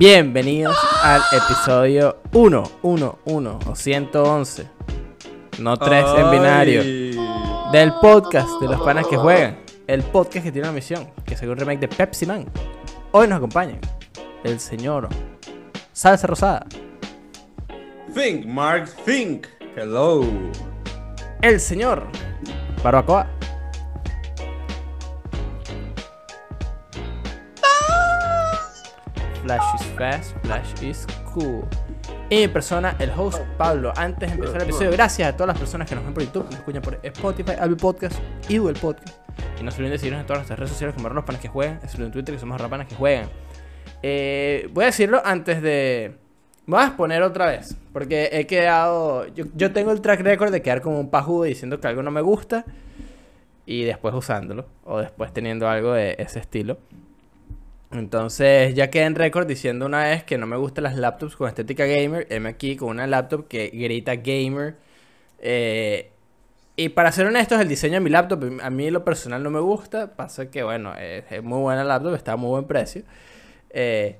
Bienvenidos al episodio 1, 1, 1 o 111. No 3 en binario. Del podcast de los panas que juegan. El podcast que tiene una misión, que es un remake de Pepsi Man. Hoy nos acompañan el señor Salsa Rosada, Think, Mark, think. Hello. el señor Barbacoa. Flash is fast, flash is cool. Y en persona, el host Pablo. Antes de empezar el episodio, gracias a todas las personas que nos ven por YouTube, nos escuchan por Spotify, Apple Podcast y Google Podcast. Y no se olviden de seguirnos en todas nuestras redes sociales como Arroba los panas que juegan, excepto en Twitter que somos Arroba panas que juegan. Eh, voy a decirlo antes de. Me voy a exponer otra vez. Porque he quedado. Yo, yo tengo el track record de quedar como un pajudo diciendo que algo no me gusta. Y después usándolo. O después teniendo algo de ese estilo. Entonces ya quedé en récord diciendo una vez que no me gustan las laptops con estética gamer. M aquí con una laptop que grita gamer. Eh, y para ser honestos, el diseño de mi laptop a mí en lo personal no me gusta. Pasa que, bueno, es, es muy buena laptop, está a muy buen precio. Eh,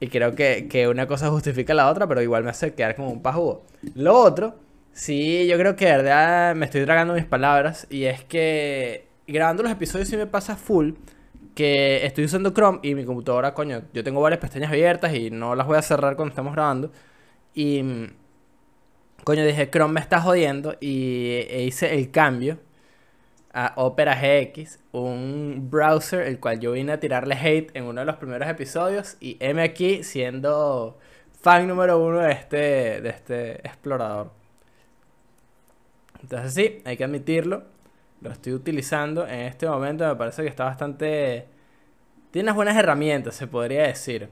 y creo que, que una cosa justifica la otra, pero igual me hace quedar como un pajugo. Lo otro, sí, yo creo que de verdad me estoy tragando mis palabras. Y es que grabando los episodios sí me pasa full que estoy usando Chrome y mi computadora, coño, yo tengo varias pestañas abiertas y no las voy a cerrar cuando estamos grabando. Y, mm, coño, dije, Chrome me está jodiendo y e hice el cambio a Opera GX, un browser el cual yo vine a tirarle hate en uno de los primeros episodios y M aquí siendo fan número uno de este, de este explorador. Entonces sí, hay que admitirlo. Lo estoy utilizando en este momento, me parece que está bastante... Tiene unas buenas herramientas, se podría decir.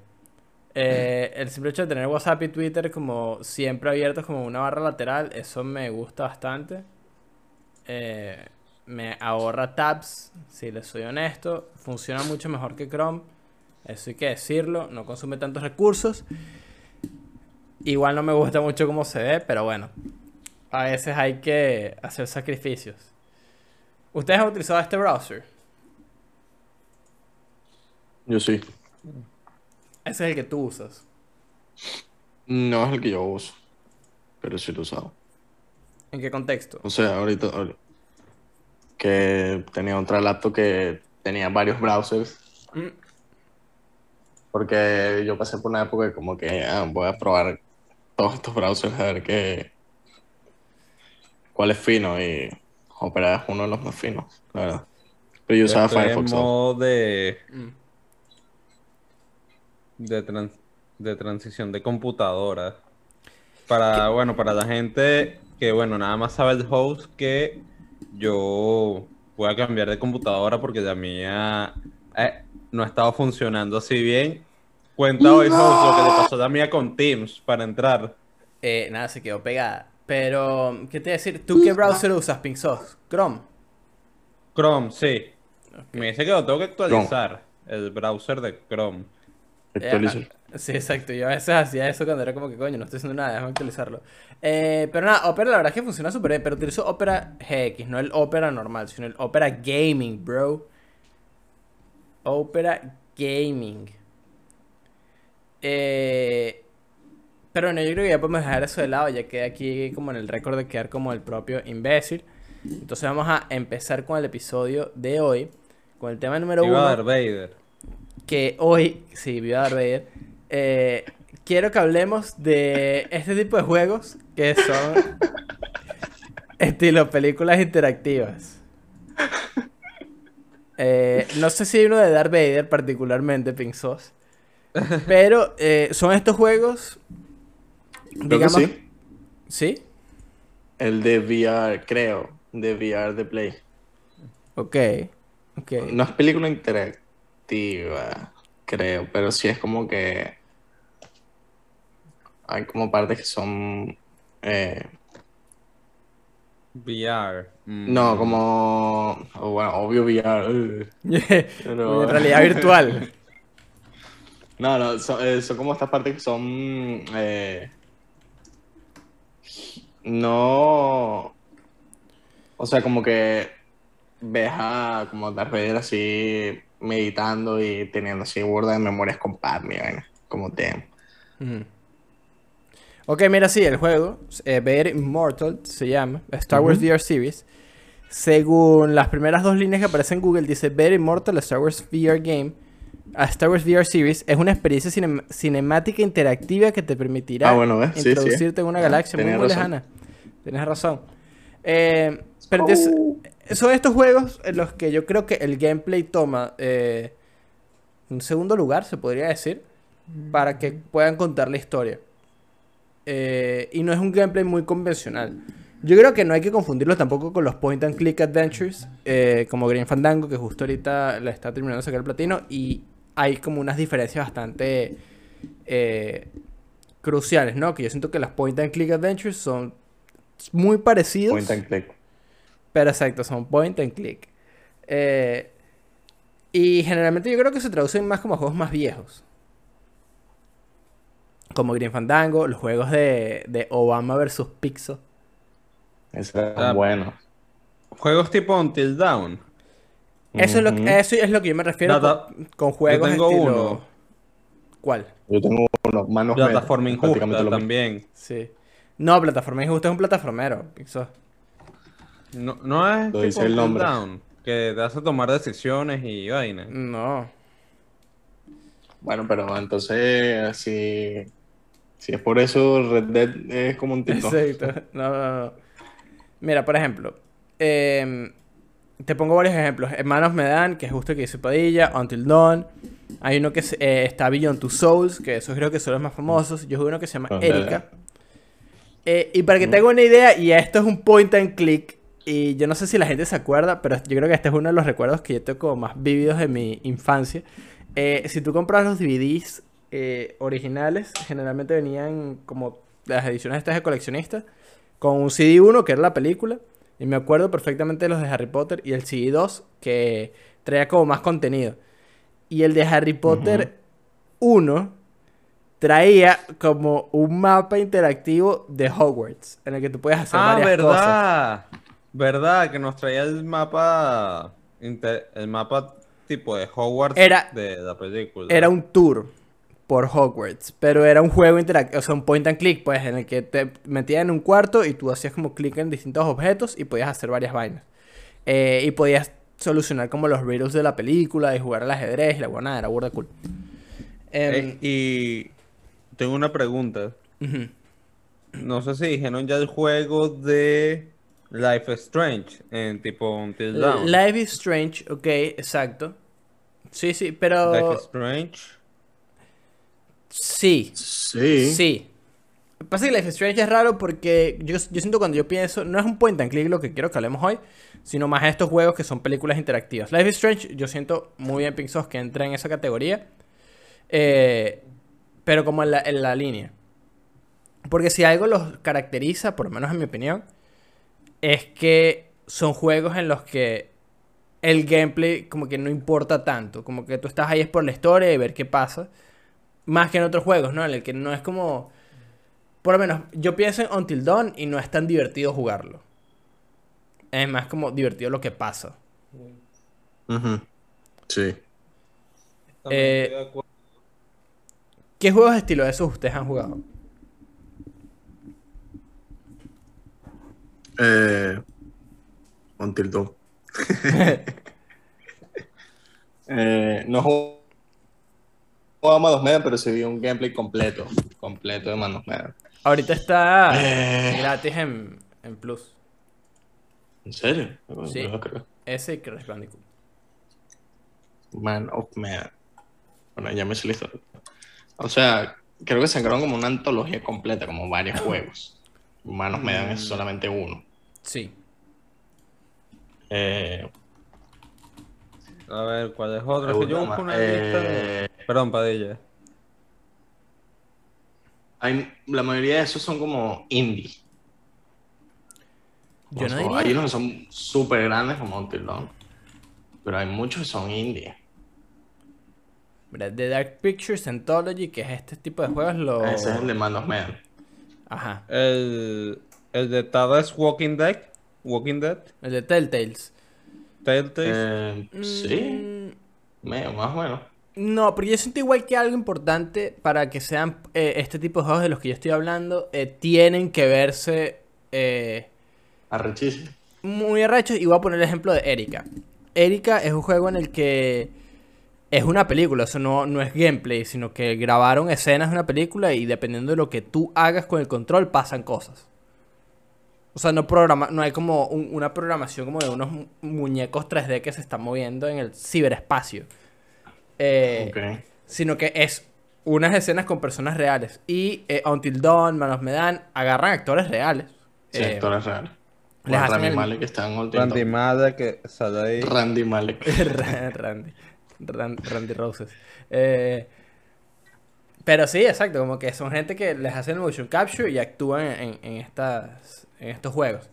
Eh, el simple hecho de tener WhatsApp y Twitter como siempre abiertos como una barra lateral, eso me gusta bastante. Eh, me ahorra tabs, si les soy honesto. Funciona mucho mejor que Chrome. Eso hay que decirlo. No consume tantos recursos. Igual no me gusta mucho cómo se ve, pero bueno. A veces hay que hacer sacrificios. ¿Ustedes han utilizado este browser? Yo sí. Ese es el que tú usas. No es el que yo uso, pero sí lo usaba. ¿En qué contexto? O sea, ahorita, ahorita- que tenía otra laptop que tenía varios browsers. Mm. Porque yo pasé por una época que como que ah, voy a probar todos estos browsers a ver qué cuál es fino y Opera es uno de los más finos, la verdad. Pero yo Yo usaba estoy en Firefox. ¿no? modo de, Mm. de, trans- de transición de computadora. Para, bueno, para la gente que, bueno, nada más sabe el host que yo voy a cambiar de computadora porque la mía eh, no ha estado funcionando así bien. Cuenta hoy, host, lo que le pasó a la mía con Teams para entrar. Eh, nada, se quedó pegada. Pero, ¿qué te iba a decir? ¿Tú qué browser usas, PingSoft? Chrome. Chrome, sí. Me dice que lo tengo que actualizar, el browser de Chrome. Actualizo. Eh, ah, sí, exacto. Yo a veces hacía eso cuando era como que coño, no estoy haciendo nada, déjame actualizarlo. Eh, pero nada, Opera la verdad es que funciona súper bien, pero utilizo Opera GX, no el Opera normal, sino el Opera Gaming, bro. Opera Gaming. Eh, pero bueno, yo creo que ya podemos dejar eso de lado, ya quedé aquí como en el récord de quedar como el propio imbécil. Entonces vamos a empezar con el episodio de hoy, con el tema número Iba uno a dar Vader. que hoy, sí, vio a Darth Vader, eh, quiero que hablemos de este tipo de juegos que son estilo películas interactivas. Eh, no sé si hay uno de Darth Vader particularmente, Pink Sauce, pero eh, son estos juegos, Creo que digamos, sí. ¿sí? El de VR, creo. De VR de Play. Ok, ok. No es película interactiva, creo, pero sí es como que hay como partes que son... eh, VR. mm. no, como... o bueno, obvio VR. uh, pero- En realidad virtual. No, no, son, eh, son como estas partes que son... eh, no... O sea, como que ves a como Darth Vader así meditando y teniendo así burda de memorias con Padme, vaina. Como damn. Ujú. Ok, mira, sí, el juego, eh, Bear Immortal se llama, Star Wars Ujú. VR Series. Según las primeras dos líneas que aparecen en Google, dice Bear Immortal a Star Wars VR Game. A Star Wars VR Series es una experiencia cinem- cinemática interactiva que te permitirá Ah, bueno, ¿ves? Sí, sí. introducirte en una galaxia muy, tenía muy razón. lejana. Tienes razón. Eh, pero entonces, son estos juegos en los que yo creo que el gameplay toma eh, un segundo lugar, se podría decir, para que puedan contar la historia. Eh, y no es un gameplay muy convencional. Yo creo que no hay que confundirlo tampoco con los point and click adventures, eh, como Green Fandango, que justo ahorita la está terminando de sacar el platino, y hay como unas diferencias bastante eh, cruciales, ¿no? Que yo siento que las point and click adventures son muy parecidos. Point and click. Pero exacto, son point and click. Eh, y generalmente yo creo que se traducen más como juegos más viejos. Como Green Fandango, los juegos de, de Obama versus Pixel. Eso era Ah. bueno. Juegos tipo Until Down. Eso, es lo, Ujú. que- eso es lo que yo me refiero Data- con, con juegos tengo estilo- uno. ¿Cuál? Yo tengo unos manos menos, Plataforma prácticamente injusta lo mismo. también. Sí. No, plataforma injusta es un plataformero, Pixel. No, no es Lo tipo dice el Until nombre. Down, que te hace tomar decisiones y vaina. No. Bueno, pero entonces, si, si es por eso, Red Dead es como un TikTok. Exacto. No, no, no. Mira, por ejemplo, em, te pongo varios ejemplos. Hermanos Me Dan, que es justo que dice Padilla, Until Dawn. Hay uno que se- eh, está Beyond Two Souls, que esos creo que son los más famosos. Yo jugué uno que se llama Ah, Erika. Eh, y para que te haga una idea, y esto es un point and click. Y yo no sé si la gente se acuerda, pero yo creo que este es uno de los recuerdos que yo tengo como más vividos de mi infancia. Eh, si tú compras los DVDs eh, originales, generalmente venían como las ediciones estas de coleccionista, con un CD1 que era la película, y me acuerdo perfectamente de los de Harry Potter, y el CD2 que traía como más contenido. Y el de Harry Potter 1 traía como un mapa interactivo de Hogwarts, en el que tú puedes hacer Ah, varias cosas. verdad. Verdad, que nos traía el mapa. inter- el mapa tipo de Hogwarts Era- de la película. Era un tour por Hogwarts, pero era un juego interactivo, o sea, un point and click, pues, en el que te metían en un cuarto y tú hacías como clic en distintos objetos y podías hacer varias vainas. Eh, y podías solucionar como los riddles de la película y jugar al ajedrez y la buena, era burda cool. Em, Eh, y tengo una pregunta. ujú. No sé si dijeron ya el juego de Life is Strange en tipo Until Dawn. Life is Strange, ok, exacto. Sí, sí, Life pero... is Strange. Sí, Sí. Sí. Lo que Pasa es que Life is Strange es raro porque yo, yo siento cuando yo pienso, no es un point and click lo que quiero que hablemos hoy, sino más estos juegos que son películas interactivas. Life is Strange, yo siento muy bien Pixos que entra en esa categoría, eh, pero como en la, en la línea. Porque si algo los caracteriza, por lo menos en mi opinión, es que son juegos en los que el gameplay como que no importa tanto, como que tú estás ahí es por la historia y ver qué pasa más que en otros juegos, ¿no? En el que no es como. Por lo menos, yo pienso en Until Dawn y no es tan divertido jugarlo. Es más como divertido lo que pasa. Ujú. Sí. También Eh, estoy de acuerdo. ¿Qué juegos de estilo de esos ustedes han jugado? Eh, Until Dawn. Eh, no jug- jugaba Manos Medan, pero se vio un gameplay completo. Completo de Manos Medan. Ahorita está Eh. gratis en, en Plus. ¿En serio? No, Sí. no lo creo. Ese y Crash Bandicoot. Man of Man. Bueno, ya me hice la historia. O sea, creo que sacaron como una antología completa, como varios juegos. Manos me Mm. dan es solamente uno. Sí. Eh, A ver, ¿cuál es otro? Es que Seguro, yo busco una eh, lista. de- Perdón, Padilla. hay, la mayoría de esos son como indie. Yo no O- diría. Hay unos que son súper grandes como Until Dawn, pero hay muchos que son indie. Mira, The Dark Pictures Anthology, que es este tipo de juegos, Oh. lo. Ah, Ese es el de Man of Man. Ajá. El, el de Tada's Walking Dead. Walking Dead. El de Telltales. Telltale. Eh, sí, Mm, medio, más o menos. No, porque yo siento igual que algo importante para que sean eh, este tipo de juegos de los que yo estoy hablando, eh, tienen que verse eh, Arrechísimo. muy arrachos. Y voy a poner el ejemplo de Erika. Erika es un juego en el que es una película, eso no, no es gameplay, sino que grabaron escenas de una película y dependiendo de lo que tú hagas con el control pasan cosas. O sea, no, programa, no hay como un- una programación como de unos mu- muñecos 3D que se están moviendo en el ciberespacio. Eh, Ok. sino que es unas escenas con personas reales. Y eh, Until Dawn, Man of Medan, agarran actores reales. Sí, Eh, actores reales. les Bueno, hacen Rami el- Malek que está en Old Randy Town. Mada que sale ahí. Randy Malek. Ra- Randy. Ran- Randy Roses. Eh, pero sí, exacto, como que son gente que les hacen motion capture y actúan en, en estas, en estos juegos.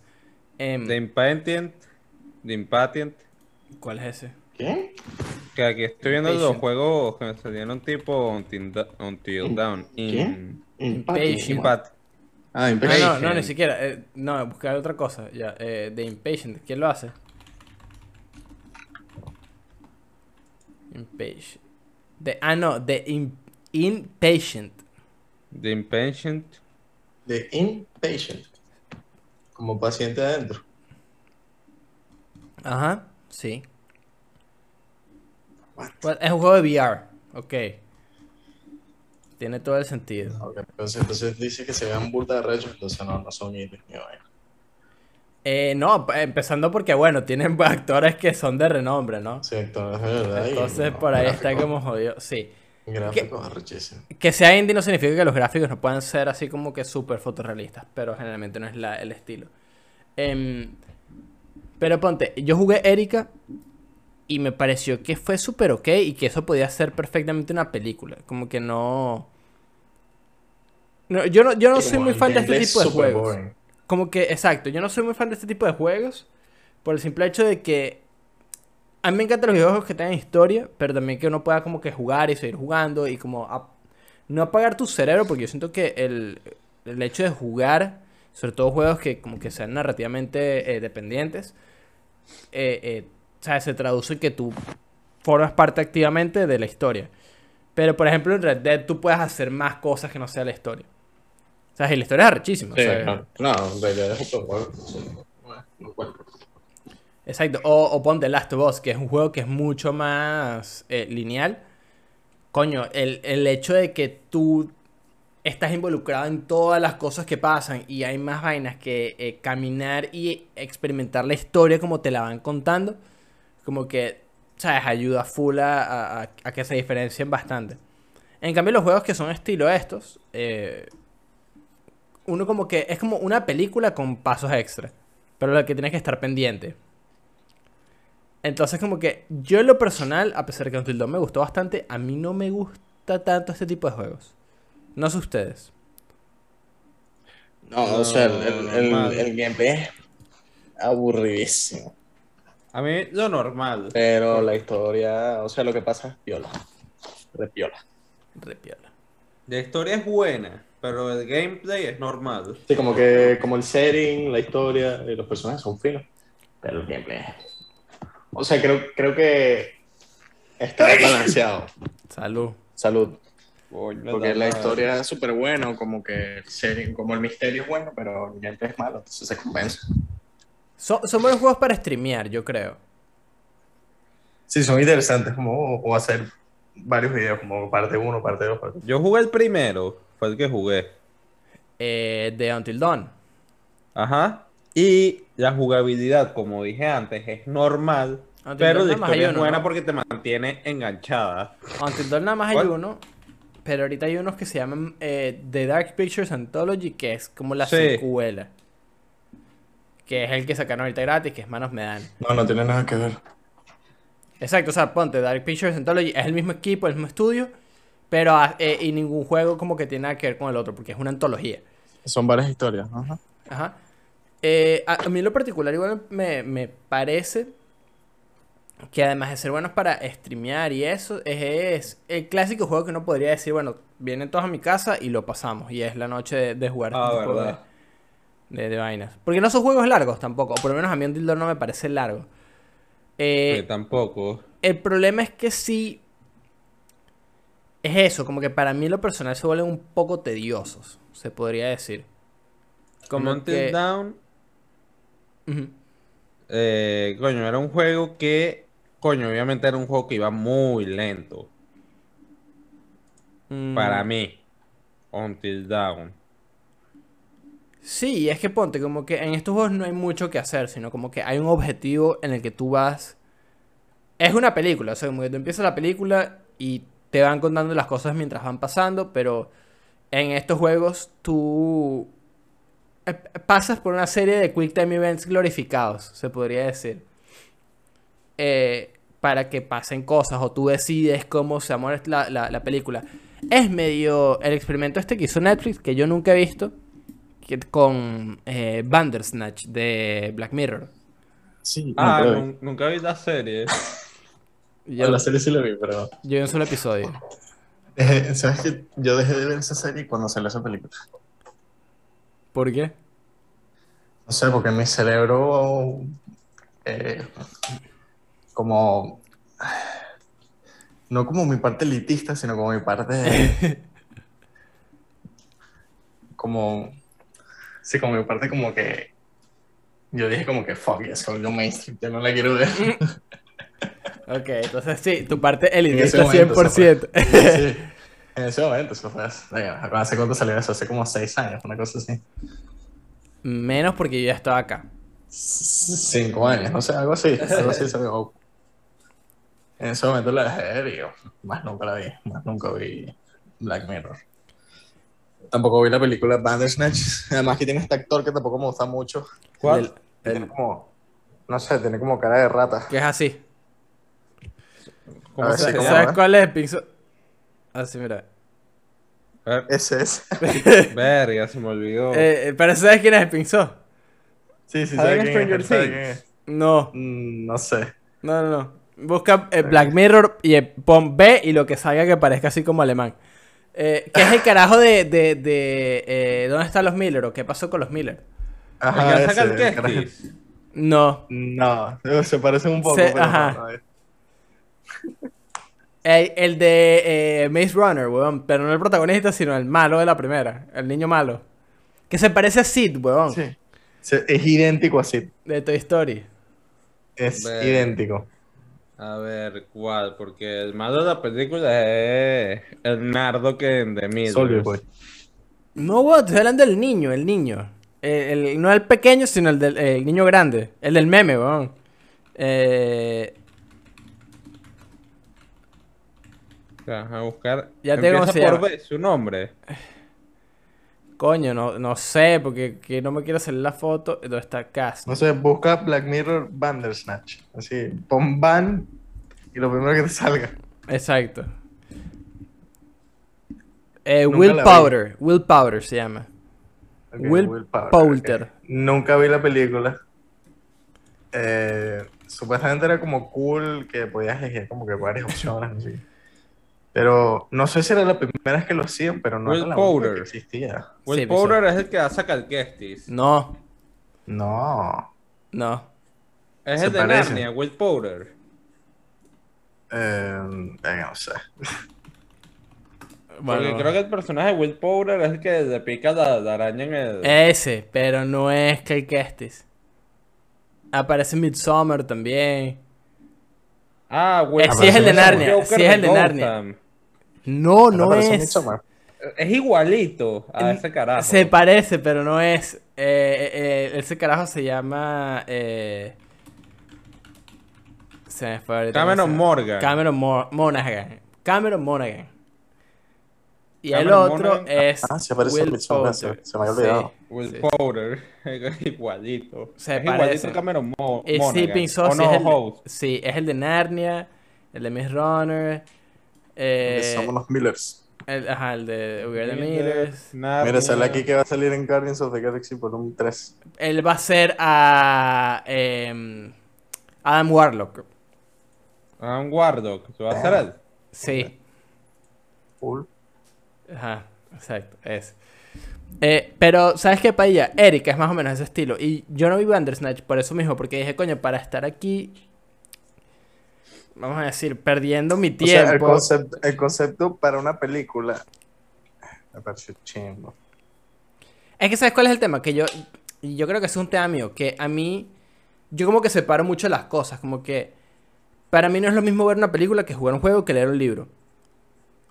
Em, The Impatient. The Impatient. ¿Cuál es ese? ¿Qué? Que aquí estoy viendo los Impatient. juegos que me salieron tipo Until, Da- Until ¿Qué? Down. In- Impatient. Impa- Impat. Ah, No, Impatient. no, no, ni siquiera. eh, no, buscar otra cosa. Ya, eh, The Impatient, ¿quién lo hace? Impatient. The, ah, no, The Im- Impatient. The Impatient. De Impatient. Como paciente adentro. Ajá, sí. What? Bueno, es un juego de VR, ok. Tiene todo el sentido. Ok, entonces, entonces dice que se vean burda de rechos, entonces no, no son indies ni vaina. Eh, no, pa- empezando porque, bueno, tienen actores que son de renombre, ¿no? Sí, actores de verdad. y Entonces no, por ahí gráficos- está como jodido. Sí. Gráficos arrechísimos. Que sea indie no significa que los gráficos no puedan ser así como que súper fotorrealistas, pero generalmente no es la- el estilo. Em, pero ponte, yo jugué Erika y me pareció que fue súper ok y que eso podía ser perfectamente una película. Como que no... no yo no, yo no soy Como muy el fan de este gameplay tipo de super juegos. boring. Como que, exacto, yo no soy muy fan de este tipo de juegos por el simple hecho de que a mí me encantan los videojuegos que tengan historia, pero también que uno pueda como que jugar y seguir jugando y como ap- no apagar tu cerebro, porque yo siento que el, el hecho de jugar, sobre todo juegos que como que sean narrativamente eh, dependientes, eh, eh, ¿sabes? se traduce en que tú formas parte activamente de la historia. Pero por ejemplo en Red Dead tú puedes hacer más cosas que no sea la historia. O sea, y la historia es arrechísima. o Sí, sea, no, no, en realidad es un juego. Bueno, no cuento. Exacto, o, o ponte Last of Us, que es un juego que es mucho más eh, lineal. Coño, el, el hecho de que tú estás involucrado en todas las cosas que pasan y hay más vainas que eh, caminar y experimentar la historia como te la van contando, como que, ¿sabes? Ayuda full a, a- a- a que se diferencien bastante. En cambio, los juegos que son estilo estos, eh, uno como que es como una película con pasos extra, pero la que tienes que estar pendiente. Entonces, como que yo en lo personal, a pesar de que Until Dawn me gustó bastante, a mí no me gusta tanto este tipo de juegos. No sé ustedes. No, o sea, el, el, el, el gameplay es aburridísimo. A mí lo normal. Pero la historia, o sea, lo que pasa es piola. Repiola. Repiola. La historia es buena, pero el gameplay es normal. Sí, como que como el setting, la historia, eh, los personajes son finos. Pero el gameplay. O sea, creo, creo que está balanceado. Salud. Salud. Coño, Porque la madre. historia es súper buena, como que el setting, como el misterio es bueno, pero el gameplay es malo, entonces se compensa. Son, son buenos juegos para streamear, yo creo. Sí, son interesantes, como o hacer varios videos, como parte 1, parte 2, parte Yo jugué el primero, fue el que jugué. Eh, de Until Dawn. Ajá. Y la jugabilidad, como dije antes, es normal. Ah, te pero nada la más historia hay es uno, buena ¿no? porque te mantiene enganchada. Until Dawn nada más hay ¿Cuál? uno. Pero ahorita hay unos que se llaman eh, The Dark Pictures Anthology, que es como la Sí. secuela. Que es el que sacaron ahorita gratis, que es Manos Me Dan. No, no tiene nada que ver. Exacto, o sea, ponte Dark Pictures Anthology, es el mismo equipo, el mismo estudio, pero ah, eh, y ningún juego como que tiene nada que ver con el otro, porque es una antología. Son varias historias, ¿no? Ajá. Eh, a, a mí en lo particular igual me, me parece que además de ser buenos para streamear y eso, es, es el clásico juego que uno podría decir, bueno, vienen todos a mi casa y lo pasamos, y es la noche de, de jugar este Ah, tipo de- verdad. de, de vainas. Porque no son juegos largos tampoco, o por lo menos a mí un dildo no me parece largo. Eh, Que tampoco. el problema es que sí es eso, como que para mí lo personal se vuelven un poco tediosos, se podría decir. Como Until que... Down, Ujú. eh, coño, era un juego que, coño, obviamente era un juego que iba muy lento. Mm, Para mí, Until Down. Sí, es que ponte, como que en estos juegos no hay mucho que hacer, sino como que hay un objetivo en el que tú vas. Es una película, o sea, como que tú empiezas la película y te van contando las cosas mientras van pasando, pero en estos juegos tú eh, pasas por una serie de Quick Time Events glorificados, se podría decir. eh, para que pasen cosas o tú decides cómo se amor la, la, la película. Es medio el experimento este que hizo Netflix, que yo nunca he visto, que- con eh, Bandersnatch de Black Mirror. Sí, Ah, pero- nun- nunca vi la serie. Yo, la serie sí la vi, pero. yo vi un solo episodio. Eh, ¿Sabes qué? Yo dejé de ver esa serie cuando salió esa película. ¿Por qué? No sé, porque mi cerebro. eh, como. No como mi parte elitista, sino como mi parte. como. Sí, como mi parte como que. Yo dije como que fuck, eso es lo mainstream, yo no la quiero ver. Ok, entonces sí, tu parte En ese elitista momento, 100%. Sí, en ese momento, eso fue. venga, ¿Hace cuánto salió eso? Hace como seis años, una cosa así. Menos porque yo ya estaba acá. cinco años, no sé, algo así, algo así se me ocurre. En ese momento la dejé de ver y yo, más nunca la vi, más nunca vi Black Mirror. Tampoco vi la película Bandersnatch, además que tiene este actor que tampoco me gusta mucho. ¿Cuál? Del- Tiene del- como, no sé, tiene como cara de rata. que es así. ¿Cómo A ver, se sí, ¿Sabes, ¿cómo llama? va? cuál es el Pixar? Así, mira. Eh, Ese es. Verga, se me olvidó. Eh, eh, pero ¿sabes quién es el Pinzó? Sí, sí, ¿Saben sabe quién Stranger es, sabe Things? quién es. No, Mm, No sé. no, no, no. Busca eh, Black Mirror y eh, pon B y lo que salga que parezca así como alemán. Eh, ¿Qué es el carajo de, de, de, eh, ¿Dónde están los Miller o qué pasó con los Miller? Ajá, ese, saca el el carajo. Kestis. No. No, se parecen un poco, Se- pero ajá. no, no, El, el de eh, Maze Runner, weón. Pero no el protagonista, sino el malo de la primera. El niño malo. Que se parece a Sid, weón. Sí. Se- Es idéntico así. De Toy Story. Es Ver. idéntico. A ver, ¿cuál? Porque el malo de la película es el nardo que en The Middle. Soldier Boy. No, weón, estoy hablando del niño, el niño. El, el- no el pequeño, sino el del eh, el niño grande. El del meme, weón. Eh, Vas a buscar. Ya tengo cómo Empieza se por llama. B, su nombre. coño, no, no sé, porque que no me quiero salir la foto. ¿Dónde está Cast? No sé, busca Black Mirror Bandersnatch. Así, pon ban y lo primero que te salga. Exacto. Eh, Nunca Will la vi. Powder. Will Powder se llama. Ok, Will Power, Poulter. ok. Nunca vi la película. Eh, supuestamente era como cool que podías elegir como que varias opciones. así. Pero no sé si era la primera vez que lo hacían, pero no Will era la única Powder. que existía. Will Sí, pues, Powder es el que hace sacar Kestis. No, No. no. Es Se el de parece. Narnia, Will Powder. Eh, venga, no sé. Bueno. Porque creo que el personaje de Will Powder es el que le pica la, la araña en el. Ese, pero no es Cal Kestis. Aparece Midsommar también. Ah, Will Eh, sí, es el de Powder, Narnia, Joker sí, es el de Narnia. Gotham. No, no Aparece es. Midsommar. Ah, Es igualito a Mm, ese carajo. Se parece, pero no es. Eh, eh, eh, ese carajo se llama. eh, Se me fue ahorita cómo se Cameron llama. Morgan. Cameron Mo- Monaghan. Cameron Monaghan. Y el Cameron otro Monaghan. es. Ah, se parece a Will Midsommar, se- Poulter. se me había Sí, olvidado. Will sí. Powder. Es igualito. Se es parece. igualito a Cameron Mo Eh, sí, Monaghan. Pink O Sauce no, es el, Host. sí, es el de Narnia, el de Miss Runner, eh, Que somos los Millers. el, ajá, el de We Are the Millers. Ah, Mira, sale aquí que va a salir en Guardians of the Galaxy Volumen 3. Él va a ser a em, Adam Warlock. Adam Ah, Wardock, ¿tú vas a ser él? Sí, Cool. ajá, exacto, es. Eh, pero, ¿sabes qué, Paella? Erika es más o menos ese estilo. Y yo no vi Bandersnatch por eso mismo, porque dije, coño, para estar aquí. vamos a decir, perdiendo mi O sea, el, tiempo. concepto, el concepto para una película me pareció chimbo. Es que sabes cuál es el tema, que yo, yo creo que es un tema mío, que a mí, yo como que separo mucho las cosas, como que para mí no es lo mismo ver una película que jugar un juego que leer un libro.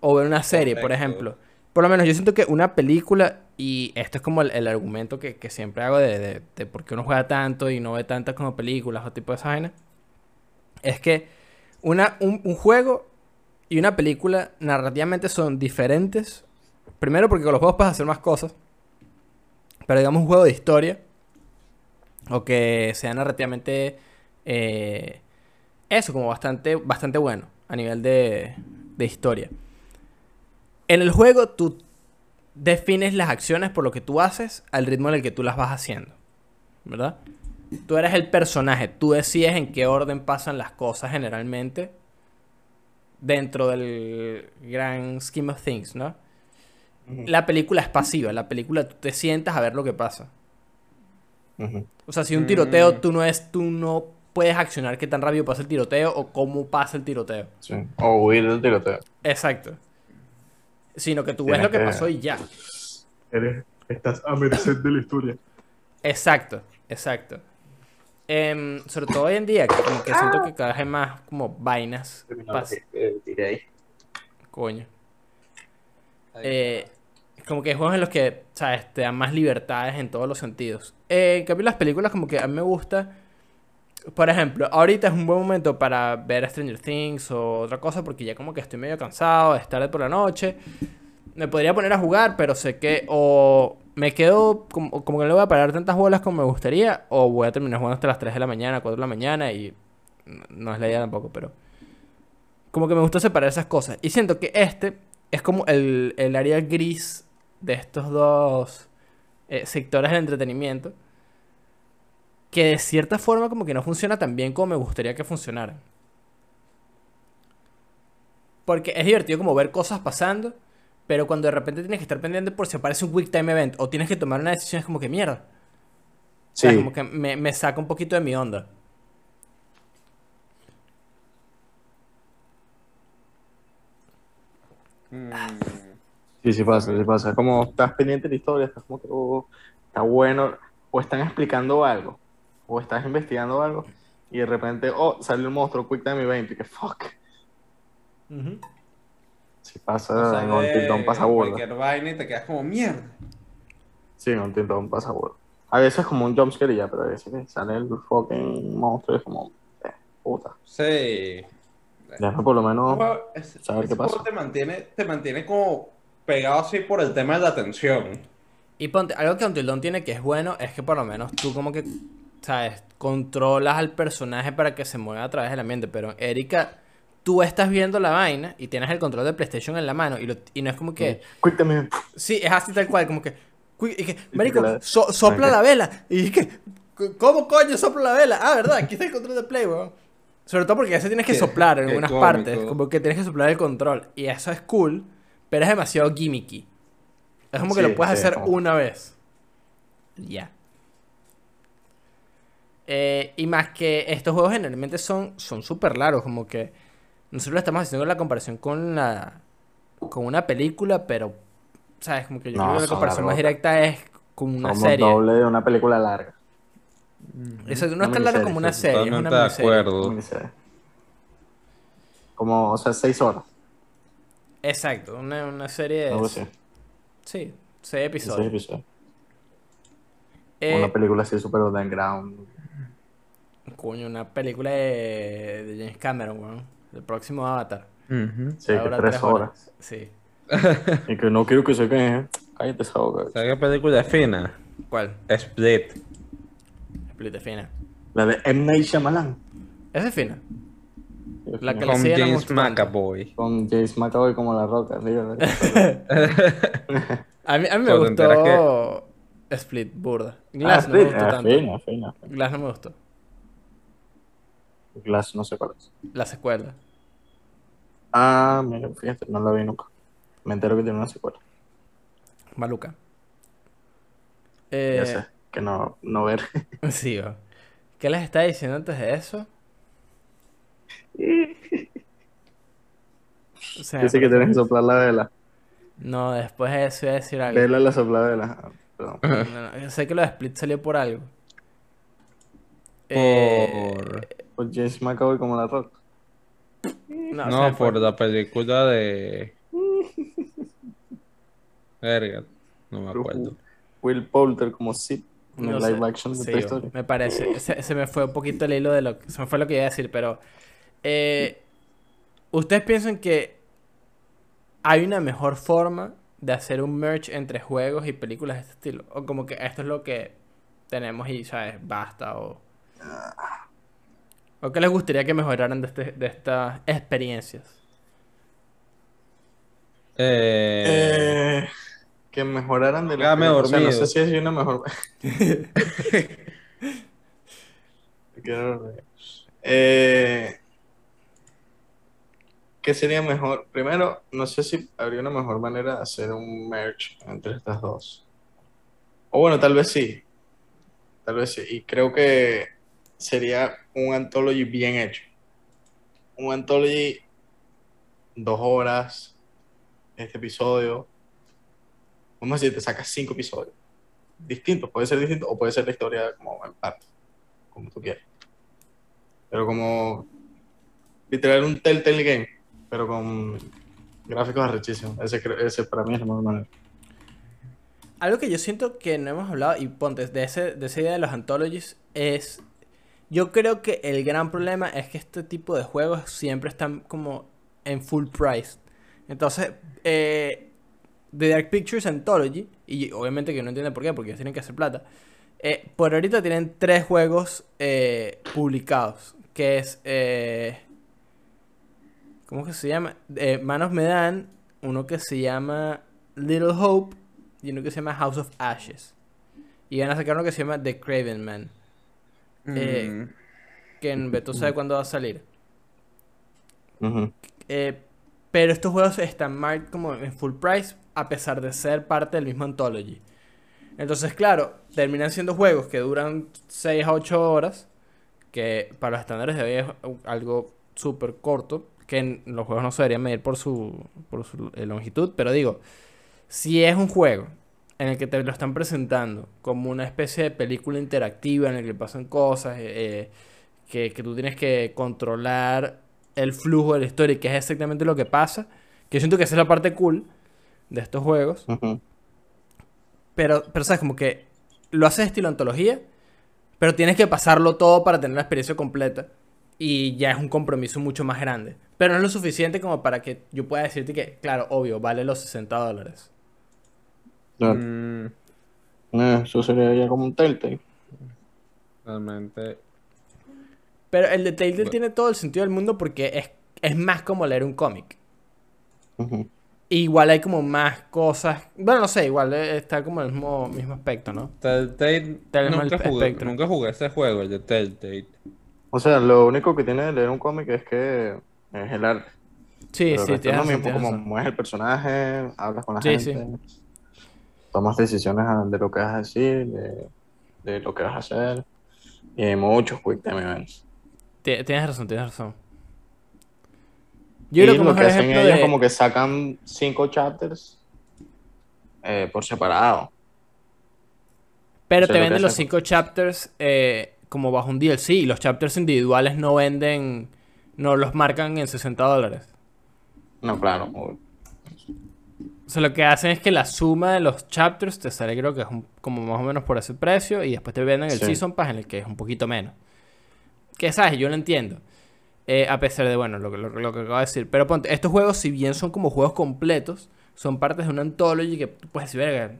O ver una serie, por Correcto. ejemplo. Por lo menos yo siento que una película, y esto es como el, el argumento que, que siempre hago de, de, de por qué uno juega tanto y no ve tantas como películas o tipo de esa vaina, es que una, un, un juego y una película narrativamente son diferentes. Primero porque con los juegos puedes hacer más cosas. Pero digamos un juego de historia. O que sea narrativamente. eh, eso, como bastante, bastante bueno. A nivel de, de historia. En el juego tú defines las acciones por lo que tú haces al ritmo en el que tú las vas haciendo. ¿Verdad? Tú eres el personaje. Tú decides en qué orden pasan las cosas generalmente. Dentro del gran scheme of things, ¿no? La película es pasiva. La película tú te sientas a ver lo que pasa. Ujú. O sea, si un tiroteo, Mm. tú no es, tú no puedes accionar qué tan rápido pasa el tiroteo o cómo pasa el tiroteo. Sí. O huir del tiroteo. Exacto. Sino que tú ves Tienes lo que que- pasó y ya. Eres, estás a merced de la historia. Exacto, exacto. Em, sobre todo hoy en día, que como que siento que cada vez hay más como vainas. pas- Coño. Eh, como que hay juegos en los que, ¿sabes? Te dan más libertades en todos los sentidos. Eh, en cambio, las películas como que a mí me gusta. Por ejemplo, ahorita es un buen momento para ver Stranger Things o otra cosa porque ya como que estoy medio cansado, es tarde por la noche. Me podría poner a jugar, pero sé que o me quedo como, como que no le voy a parar tantas bolas como me gustaría o voy a terminar jugando hasta las 3 de la mañana, 4 de la mañana y no- no es la idea tampoco, pero como que me gusta separar esas cosas. Y siento que este es como el, el área gris de estos dos eh, sectores del entretenimiento. Que de cierta forma como que no funciona tan bien como me gustaría que funcionara. Porque es divertido como ver cosas pasando, pero cuando de repente tienes que estar pendiente por si aparece un quick time event o tienes que tomar una decisión es como que mierda. O sea, Sí. Ah, como que me, me saca un poquito de mi onda. Ah, Mm. Sí, sí pasa, sí pasa. Como estás pendiente de la historia, estás como que oh, está bueno, o están explicando algo, o estás investigando algo, y de repente, oh, sale un monstruo, Quick Time Event, y que fuck. Sí pasa, en un eh, Sale tintón pasa burda. Cualquier vaina y te quedas como mierda. Sí, en un tintón pasa burda. A veces como un jumpscare y ya, pero a veces que sale el fucking monstruo y es como, eh, puta. Sí. Déjame por lo menos. Juego- ese- saber ese qué pasa. juego Te mantiene, te mantiene como pegado así por el tema de la atención. Y ponte, algo que Until Dawn tiene que es bueno es que por lo menos tú como que, ¿sabes? Controlas al personaje para que se mueva a través del ambiente. Pero Erika, tú estás viendo la vaina y tienes el control de PlayStation en la mano. Y, lo- y no es como que... Quick Time Event. Sí, es así tal cual, como que... "Cui- y que, la- Marico, so- sopla Ok. la vela. Y es que... ¿Cómo coño sopla la vela? Ah, ¿verdad? Aquí está el control de play, weón. Sobre todo porque a veces tienes que Qué- soplar en qué algunas cómico. partes. Como que tienes que soplar el control. Y eso es cool, pero es demasiado gimmicky. Es como que Sí, lo puedes sí, hacer como- una vez. Ya. Eh, y más que estos juegos generalmente son son súper largos. Como que nosotros estamos haciendo la comparación con la con una película, pero sabes como que yo creo No, que la son comparación más largotas. directa es con una Somos serie. doble de una película larga. Eso no una es tan largo miniserie, como una sí, serie, es Totalmente una de miniserie. acuerdo. Como dice. Como, o sea, seis horas. Exacto, una, una serie Algo de así. sí, seis Seis episodios. episodios. Eh, Una película así super underground. Coño, una película de, de James Cameron, weón. El próximo Avatar. Sí, que Ahora tres horas. Sí. Y que no quiero que se quejen. Cállate esa boca. ¿Sabes qué película es fina? ¿Cuál? Split. Split es fina. La de M. Night Shyamalan. Esa es fina. La que- le Con siguen a James Monster McAvoy. Con James McAvoy como la roca. dígalo. A mí, a mí me Cuando te Pues, enteras gustó Split, burda. Ah, Glass no me sí, gustó ah, tanto. fina, fina. Glass no me gustó. Glass, no sé cuál es. La secuela. Ah, mira, fíjate, no la vi nunca. Me entero que tiene una secuela. Maluca. Ya Eh, sé, que no, no ver. sí, va. ¿Qué les estaba diciendo antes de eso? se me Dice que fue. tienes que soplar la vela. No, después de eso iba a decir algo. Vela la sopladera. Ah, Perdón. No, no, sé que lo de Split salió por algo. Eh, Por- Por James McAvoy como la rock. no, se me No, fue. por la película de. Verga, no me acuerdo. Will Poulter como Sid. En No el sé. live action de Sí, Toy Story. Me parece. Se, se me fue un poquito el hilo de lo que. Se me fue lo que iba a decir, pero. eh, ¿Ustedes piensan que hay una mejor forma de hacer un merge entre juegos y películas de este estilo? O como que esto es lo que tenemos y, ¿sabes? Basta o. ¿O qué les gustaría que mejoraran de, este- de estas experiencias? Eh, Eh, que mejoraran de la Dame película. O sea, no dormido. sé si hay una mejor. Me quedo dormido. Eh, ¿Qué sería mejor? Primero, no sé si habría una mejor manera de hacer un merge entre estas dos. O bueno, tal vez sí. Tal vez sí. Y creo que sería un anthology bien hecho. Un anthology dos horas, este episodio. Vamos a decir, te sacas cinco episodios. Distintos, puede ser distinto o puede ser la historia como en parte, como tú quieras. Pero como literal un Telltale Game, pero con gráficos arrechísimos. Ese, creo- ese para mí es la mejor manera. Algo que yo siento que no hemos hablado, y ponte, de, ese, de esa idea de los anthologies, es. Yo creo que el gran problema es que este tipo de juegos siempre están como en full price. Entonces, eh, The Dark Pictures Anthology, y obviamente que no entiende por qué, porque ellos tienen que hacer plata. eh, por ahorita tienen tres juegos eh, publicados, que es. eh, ¿Cómo que se llama? Eh, Man of Medan, uno que se llama Little Hope y uno que se llama House of Ashes. Y van a sacar uno que se llama The Craven Man, eh, mm, que en Beto sabe cuándo va a salir. Ujú. Eh, pero estos juegos están marked como en full price a pesar de ser parte del mismo Anthology. Entonces, claro, terminan siendo juegos que duran 6 a 8 horas, que para los estándares de hoy es algo súper corto, que en los juegos no se deberían medir por su, por su eh, longitud, pero digo, si es un juego en el que te lo están presentando como una especie de película interactiva en el que pasan cosas, eh, eh, que, que tú tienes que controlar el flujo de la historia, y que es exactamente lo que pasa, que yo siento que esa es la parte cool de estos juegos, Ujú. pero, pero sabes, como que lo haces estilo antología, pero tienes que pasarlo todo para tener la experiencia completa. Y ya es un compromiso mucho más grande. Pero no es lo suficiente como para que yo pueda decirte que, claro, obvio, vale los 60 dólares. Claro. mm, Eh, Eso sería ya como un Telltale. realmente. Pero el de Telltale Bu- tiene todo el sentido del mundo porque es, es más como leer un cómic. Ujú. Igual hay como más cosas. Bueno, no sé, igual eh, está como el mismo, mismo aspecto, ¿no? Telltale. Telltale Nunca Mal- jugué, Spectrum. nunca jugué ese juego, el de Telltale. O sea, lo único que tiene de leer un cómic es que es el arte. Sí, Pero el sí, resto es tienes lo razón, mismo, tienes como razón. mueves el personaje, hablas con la Sí, sí. gente, tomas decisiones a- de lo que vas a decir, de, de lo que vas a hacer. Y hay muchos quick time events. Ti- Tienes razón, tienes razón. y lo mejor que hacen ejemplo ellos de- como que sacan cinco chapters eh, por separado. Pero o te sea, lo que venden los hacen- cinco chapters eh, como bajo un DLC. Y los chapters individuales no venden. No los marcan en 60 dólares. No, claro. o- O sea, lo que hacen es que la suma de los chapters te sale, creo que es un- como más o menos por ese precio. Y después te venden el Sí. Season Pass en el que es un poquito menos. Que sabes, yo lo entiendo. Eh, a pesar de, bueno, lo, que- lo, lo que acabo de decir. Pero ponte, estos juegos, si bien son como juegos completos, son partes de una anthology que tú puedes decir, verga.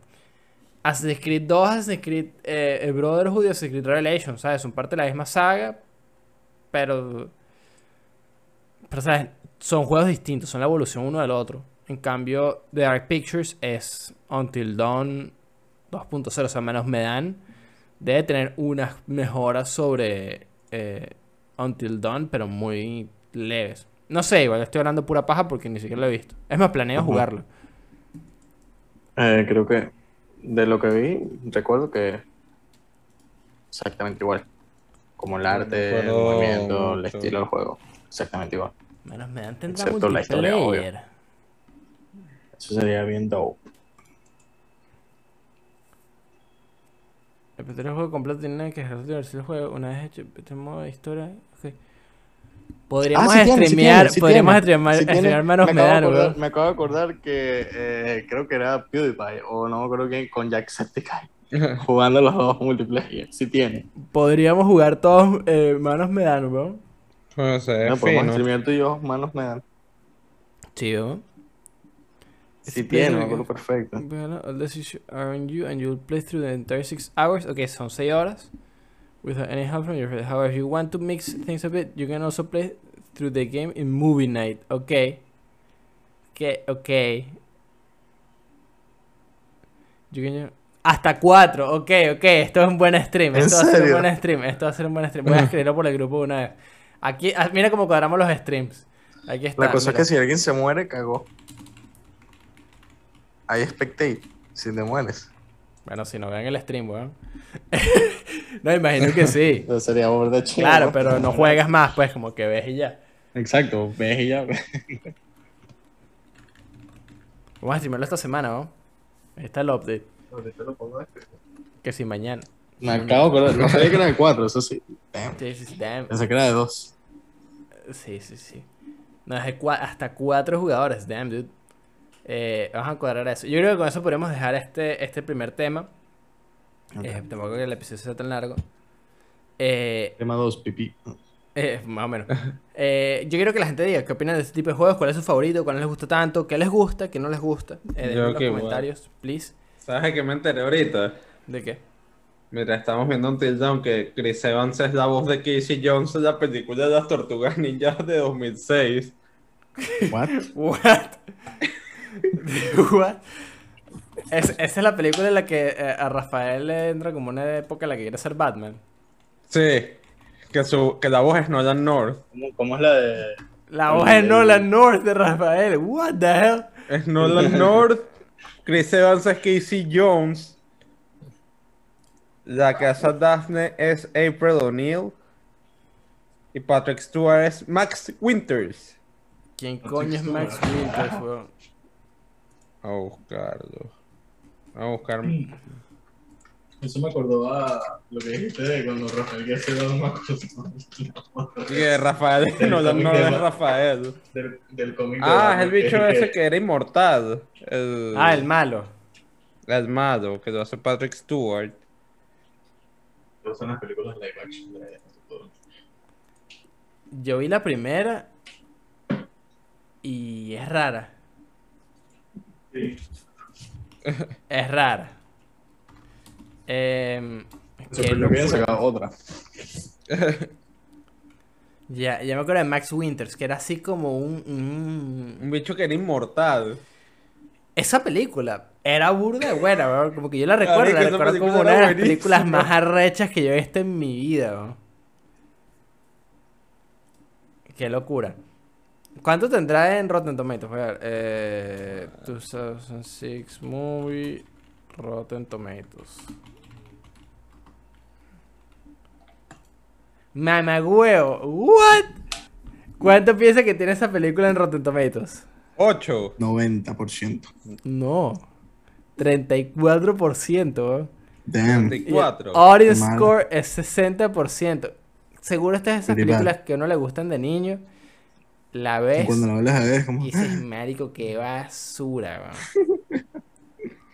Assassin's Creed 2, Assassin's Creed eh, eh, Brotherhood y Assassin's Creed Revelation, ¿sabes? Son parte de la misma saga, pero. Pero, ¿sabes? Son juegos distintos, son la evolución uno del otro. En cambio, The Dark Pictures es Until Dawn 2.0, o sea, menos me dan. Debe tener unas mejoras sobre eh, Until Dawn, pero muy leves. No sé, igual estoy hablando pura paja porque ni siquiera lo he visto. Es más, planeo Ajá. jugarlo. eh, creo que de lo que vi, recuerdo que exactamente igual. Como el No me arte, el acuerdo movimiento, el mucho. estilo del juego. Exactamente igual. Menos me dan tendrá Excepto la historia, multiplayer. Eso sería bien dope. Repetir el juego completo tiene que ejercer el juego una vez hecho. Este modo de historia. ok. Podríamos Ah, sí tiene, sí streamear, tiene, sí podríamos tiene. streamar, Si tiene- streamear Manos me, acabo de Medano, acordar, bro. me acabo de acordar que eh, creo que era PewDiePie o no me acuerdo quién con Jacksepticeye jugando los dos multiplayer. Si tiene. Podríamos jugar todos eh, Manos Medano, bro. No sé, No, pues podemos fino. streamear tú y yo, manos me dan. Sí, bro. Si Espero tiene, me que- acuerdo perfecto. Bueno, all decisions are on you and you'll play through the entire six hours. Okay, son 6 horas. Without any help from your friends. However, if you want to mix things a bit, you can also play through the game in movie night. Okay. Okay, okay. You can- Hasta 4. Ok, ok. Esto es un buen stream. ¿En Esto va a ser un serio? buen stream. Esto va a ser un buen stream. Voy a escribirlo por el grupo de una vez. Aquí, ah, mira cómo cuadramos los streams. Aquí está. La cosa es mira. que si alguien se muere, cagó. Hay spectate, si te mueres. Bueno, si no vean el stream, weón. no, imagino que sí. Eso sería burda chido. Claro, pero no juegas más, pues, como que ves y ya. Exacto, ves y ya. Vamos a streamarlo esta semana, ¿no? Ahí está el update. Ahorita lo pongo de- Que si mañana. Me acabo de acordar. No sabía que era de 4, eso sí. Damn. Sí, sí, sí, damn. Pensé que era de 2. Sí, sí, sí. No, es de cua- hasta cuatro jugadores, damn, dude. Eh, vamos a cuadrar eso. Yo creo que con eso podemos dejar este, este primer tema. Eh, tampoco que el episodio sea tan largo. Eh, Tema 2, pipí. Eh, más o menos. Eh, yo quiero que la gente diga qué opinan de este tipo de juegos, cuál es su favorito, cuál no les gusta tanto, qué les gusta, qué no les gusta. Eh, déjenlo en los que voy. comentarios, please. ¿Sabes qué me enteré ahorita? ¿De qué? Mira, estamos viendo un Down que Chris Evans es la voz de Casey Jones en la película de las Tortugas Ninjas de 2006. What? What? What? Es- esa es la película en la que eh, a Rafael le entra como una época en la que quiere ser Batman. Sí, que, su, que la voz es Nolan North. ¿Cómo, cómo es la de.? La voz de Nolan North de Rafael. What the hell? Es Nolan North. Chris Evans es Casey Jones. La casa Daphne es April O'Neil. Y Patrick Stewart es Max Winters. ¿Quién coño es Max Winters, weón? A buscarlo. A buscar. Eso me acordó a lo que dijiste de cuando Rafael que hace dos más cosas. Que Rafael. Nolan North es Rafael. Del, del cómic. Ah, es el bicho ese que era inmortal. El, Ah, el malo. el malo, que lo hace Patrick Stewart. Son las películas live action de. Yo vi la primera y es rara. Sí. Es rara. Em, que Sorprendió lo- que hayan sacado otra. ya, ya me acuerdo de Max Winters, que era así como un... un- Un bicho que era inmortal. Esa película era burda de buena, bro. Como que yo la recuerdo, Marico, la esa recuerdo como película una de era las películas buenísima. más arrechas que yo he visto en mi vida, bro. Qué locura. ¿Cuánto tendrá en Rotten Tomatoes? Voy a ver. Eh, 2006 Movie Rotten Tomatoes. Mamagüeo, what? ¿Cuánto piensa que tiene esa película en Rotten Tomatoes? 8. 90%. No. 34%. weón. Damn. ¿eh? Y ah. el 24. audience Mal. score es 60%. Seguro estas esas Pretty películas bad. que no le gustan de niño. La ves Cuando la hablas a ver, es como. y dices, marico, qué basura, weón".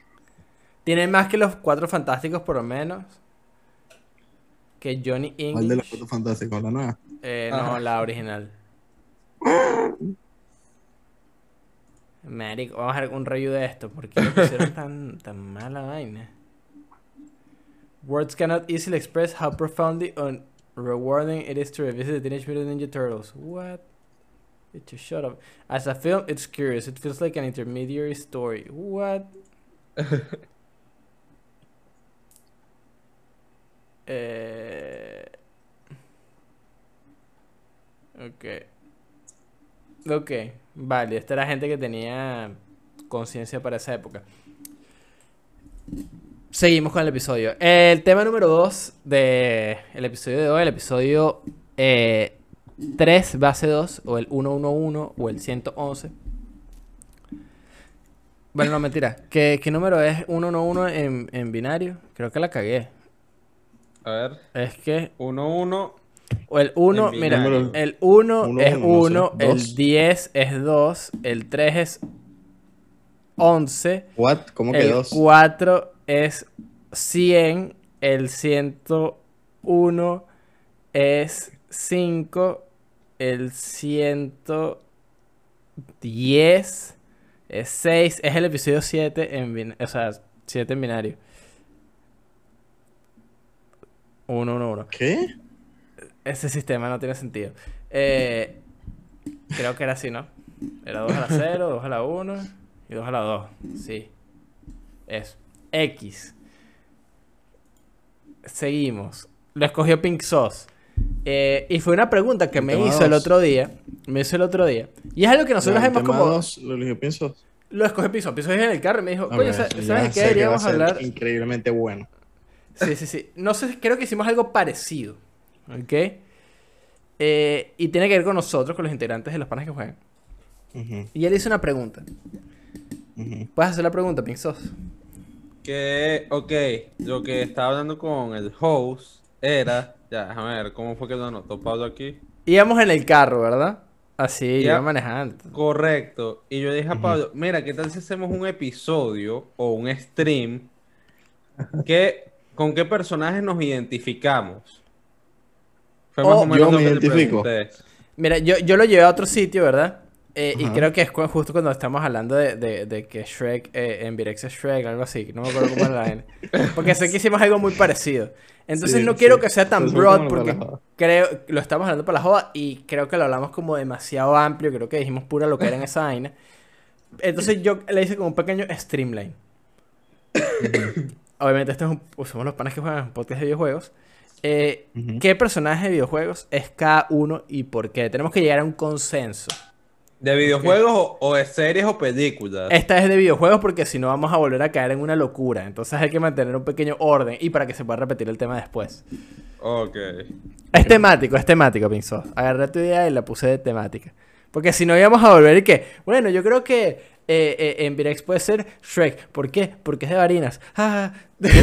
Tiene más que los cuatro fantásticos, por lo menos. Que Johnny ¿Cuál de las English. fotos fantásticas? La nueva. Eh, no, Ajá. la original. Marico, vamos a hacer un review de esto. porque qué le pusieron tan, tan mala vaina? Words cannot easily express how profoundly and rewarding it is to revisit the Teenage Mutant Ninja Turtles. What? It just shut up. As a film, it's curious. It feels like an intermediary story. What? eh... Ok. Ok, vale. Esta era gente que tenía conciencia para esa época. Seguimos con el episodio. El tema número 2 del episodio de hoy, el episodio eh, 3, base 2, o el 111, o el 111. Bueno, no, mentira. ¿Qué, qué número es 111 en, en binario? Creo que la cagué. A ver, Es que 1-1. o el 1, En mira, binario. el 1 Uno, es uno, no sé, 1, el dos. 10 es 2, el 3 es 11, What? ¿Cómo que el dos? 4 es 100, el 101 es 5, el 110 es 6, es el episodio 7 en binario, o sea, 7 en binario. 1, 1, 1. ¿Qué? Ese sistema no tiene sentido. Eh, creo que era así, ¿no? Era 2 a la 0, 2 a la 1 y 2 a la 2. Sí. Eso. X. Seguimos. Lo escogió Pink Sauce. Eh, y fue una pregunta que El me tema hizo el dos. otro día. Me hizo el otro día. Y es algo que nosotros Durante hemos como. más dos, lo eligió pienso. Lo escogió Pinzo. Pinzo es en el carro y me dijo, A oye, ver, ¿sabes ya de sé qué que va a deberíamos ser hablar? Increíblemente bueno. Sí, sí, sí. No sé, creo que hicimos algo parecido. ¿Ok? Eh, y tiene que ver con nosotros, con los integrantes de los panas que juegan. Ujú, Y él hizo una pregunta. ujú. ¿Puedes hacer la pregunta, Pinzos? Que, ok, lo que estaba hablando con el host era. Ya, déjame ver, ¿cómo fue que lo anotó Pablo aquí? Íbamos en el carro, ¿verdad? Así, Ya. iba manejando. Correcto. Y yo dije a Pablo, mira, ¿qué tal si hacemos un episodio o un stream que con qué personajes nos identificamos? Fue Oh, yo me lo que le identifico. pregunté. Mira, yo, yo lo llevé a otro sitio, ¿verdad? Eh, y Ajá. creo que es cu- justo cuando estamos hablando de, de- de que Shrek, eh, en Virex es Shrek, algo así. No me acuerdo cómo era la vaina. Porque sé que hicimos algo muy parecido. Entonces Sí, no quiero sí. que sea tan Entonces, broad ¿cómo lo porque relajaba? creo lo estamos hablando para la joda y creo que lo hablamos como demasiado amplio. Creo que dijimos pura lo que era en esa vaina. Entonces yo le hice como un pequeño streamline. Obviamente, este es un, pues, somos los panas que juegan en un podcast de videojuegos. Eh, Ujú. ¿Qué personaje de videojuegos es cada uno y por qué? Tenemos que llegar a un consenso. ¿De videojuegos o, o de series o películas? Esta es de videojuegos porque si no vamos a volver a caer en una locura. Entonces hay que mantener un pequeño orden y para que se pueda repetir el tema después. Ok. Es temático, es temático, Pinzó. Agarré tu idea y la puse de temática. Porque si no íbamos a volver y que, bueno, yo creo que eh, eh, en Virex puede ser Shrek. ¿Por qué? Porque es de Varinas. Ah. no es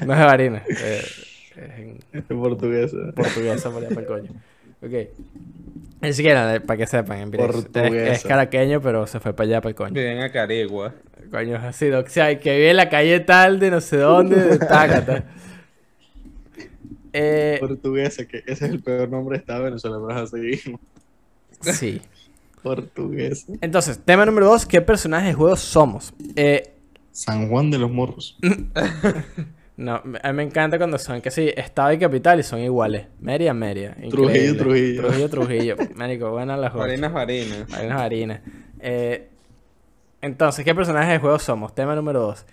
de Varinas. eh, es en- En portugués. eh. portuguesa por allá pa'l coño. Ok. Ni siquiera, eh, para que sepan, en Virex. es, Portuguesa. es caraqueño, pero se fue para allá para el coño. Bien a Carigua. Coño, es así, doc. O sea, que vive en la calle tal de no sé dónde, de Tácata. Eh, Portuguesa, que ese es el peor nombre de Estado de Venezuela, pero es así. sí. Portuguesa. Entonces, tema número dos, ¿qué personajes de juegos somos? Eh, San Juan de los Morros. Mm. no, me- a mí me encanta cuando son que sí, estado y capital y son iguales. Meria, meria. Trujillo, Increíble. Trujillo. Trujillo, Trujillo. Marico, buenas las jodas. Varinas, varinas. Varinas, varinas. Eh, entonces, ¿qué personajes de juego somos? Tema número 2.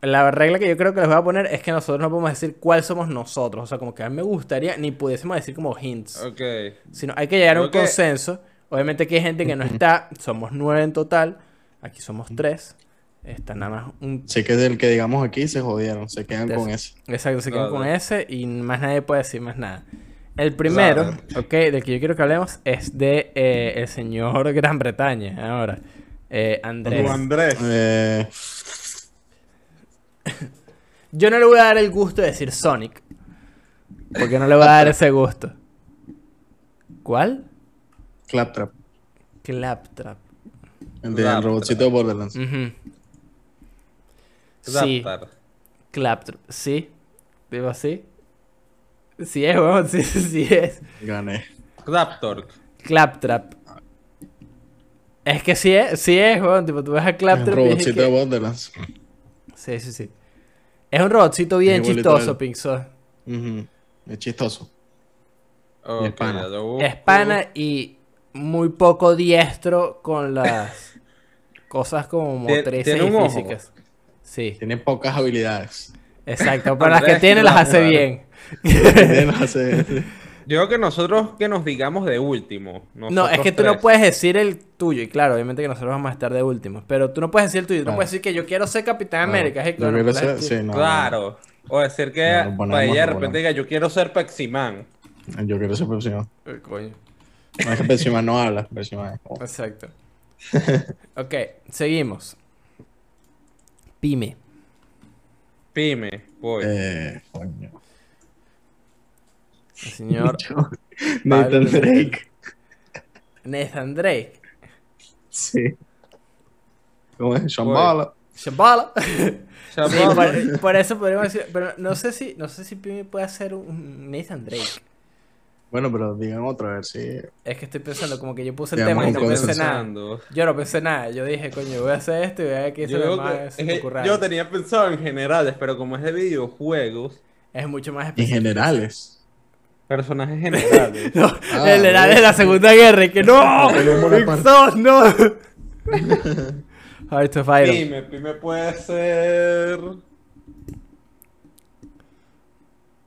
La regla que yo creo que les voy a poner es que nosotros no podemos decir cuál somos nosotros. O sea, como que a mí me gustaría, ni pudiésemos decir como hints. Ok. Sino hay que llegar a un Creo que- consenso. Obviamente aquí hay gente que no está. Somos nueve en total. Aquí somos tres. Está nada más un... Sé que es del que digamos aquí se jodieron, se quedan Des- con ese. Exacto, se quedan Claro. con ese y más nadie puede decir más nada. El primero, ok, del que yo quiero que hablemos es de eh, el señor Gran Bretaña. Ahora, eh, Andrés. Andrés. Eh, Yo no le voy a dar el gusto de decir Sonic. Porque no le voy a dar ese gusto. ¿Cuál? Claptrap, Claptrap. el del Claptrap. robotcito de Borderlands. Ujú. Sí, Zaptar. Claptrap. Sí. Digo así. Sí es, weón. Sí, sí, sí es. Gané. Raptor. Claptrap. Es que sí es, sí es, weón. Tipo, tú ves a El Claptrap y dices robotcito de que... Borderlands. Sí, sí, sí. Es un robotcito bien Es igualito a chistoso, él. Pixel. Ujú, Es chistoso. Ok, es pana. ya lo busco. Es pana y muy poco diestro con las cosas como Tie- motrices tiene y un ojo. pues. físicas. Sí, Tiene pocas habilidades. exacto. Pero las que Andrés tiene las hace Claptrap. bien. Tiene más, eh, Yo creo que nosotros que nos digamos de último. No, es nosotros que tú no tres. puedes decir el tuyo. Y claro, obviamente que nosotros vamos a estar de últimos. Pero tú no puedes decir el tuyo. Tú no Claro. puedes decir que yo quiero ser Capitán América. Es que, Ah. Yo bueno, quiero pues, ser- tú- sí, no, no. Claro. O decir que No, lo ponemos, para ella lo de repente ponemos. diga, yo quiero ser Paximán. Yo quiero ser Pepsiman. Ay, coño. No es que Pepsiman no habla, Pepsiman es. Exacto. ok, seguimos. Pyme. Pyme, voy. Eh, coño. El señor Nathan Pablo. Drake. Nathan Drake. Sí. ¿Cómo es? Shambhala. Shambhala. Shambhala. Ya Sí, vamos. por, por eso podríamos decir. Pero no sé si, no sé si Pyme puede hacer un Nathan Drake. Bueno, pero digan otra, a ver si. Es que estoy pensando, como que yo puse el Ya, tema y muy no con- pensé nada. Pensando. Yo no pensé nada. Yo dije, coño, voy a hacer esto y voy a ver qué se Yo, me creo que- más se me es que ocurra yo algo. tenía pensado en generales, pero como es de videojuegos, Es mucho más En específico. generales. personajes generales. No, Ah, el era de bueno. la Segunda Guerra y que no, Tenemos la Mixos, parte- no. Hearts of Iron. Pyme, Pyme puede ser.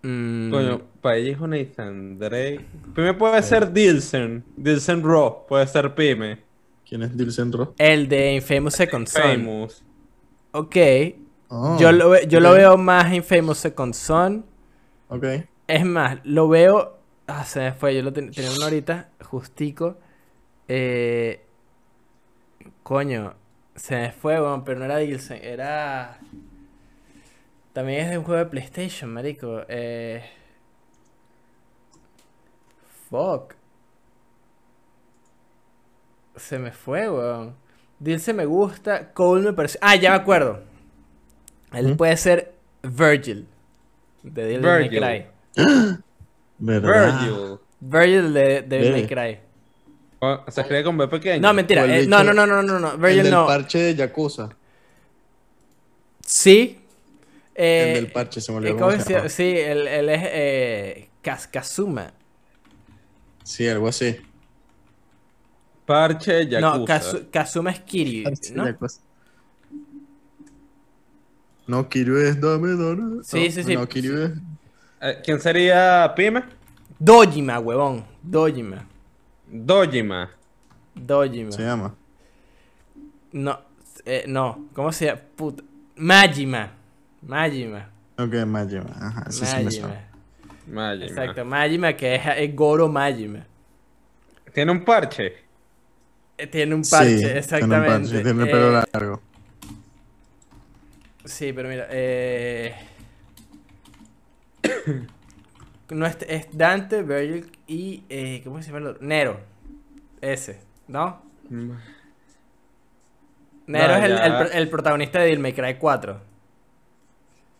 Mm, Coño, pues, Pellejo Nathan Drake. Pyme puede ser Dilsen. Dilsen Ross puede ser Pyme. ¿Quién es Dil Centro? El de Infamous Second Son. Famous. Ok. Ah, yo lo, ve- yo lo ok, veo más Infamous Second Son. Ok. Es más, lo veo. Ah, se me fue. Yo lo ten- tenía uno ahorita, justico. Eh, Coño, se me fue, weón, pero no era Dilsen, era. También es de un juego de PlayStation, marico. Eh... Fuck. Se me fue, weón. Dilsen me gusta. Cole me parece. Ah, ya me acuerdo. Él ¿Mm? puede ser Virgil. De Devil May Virgil. Cry. ¿Verdad? Virgil. Virgil de Devil May Virgil. Cry. O- Se escribe con B pequeño. ah. No, mentira. el eh, no, bicho- no, no, no, no, no. El Virgil del no. parche de Yakuza. Sí. Eh, El del parche, se me eh, olvidó. ¿cómo cómo se se llama. llama? Sí, él, él es eh, Kaskazuma. Sí, algo así. Parche Yakuza. No, Kazu- Kazuma es Kiryu, ¿no? No, Kiryu es dame, dame. Sí, No, sí, sí. No, Kiryu es. Eh, ¿Quién sería Pyme? Dojima, huevón. Dojima. Dojima. Dojima. Se llama. No, eh, no. ¿Cómo se llama? Puta. Majima. Majima. Ok, Majima. Ajá, eso sí me sabe. Majima. Majima. Exacto, Majima, que es, es Goro Majima. Tiene un parche. Eh, Tiene un Sí, parche, tiene un exactamente. parche, Tiene el pelo Eh, largo. Sí, pero mira, eh... no es, es Dante, Virgil y eh, ¿cómo se llama el otro? Nero. Ese, ¿no? Nero No, es el, ya. el pro- el protagonista de Devil May Cry 4.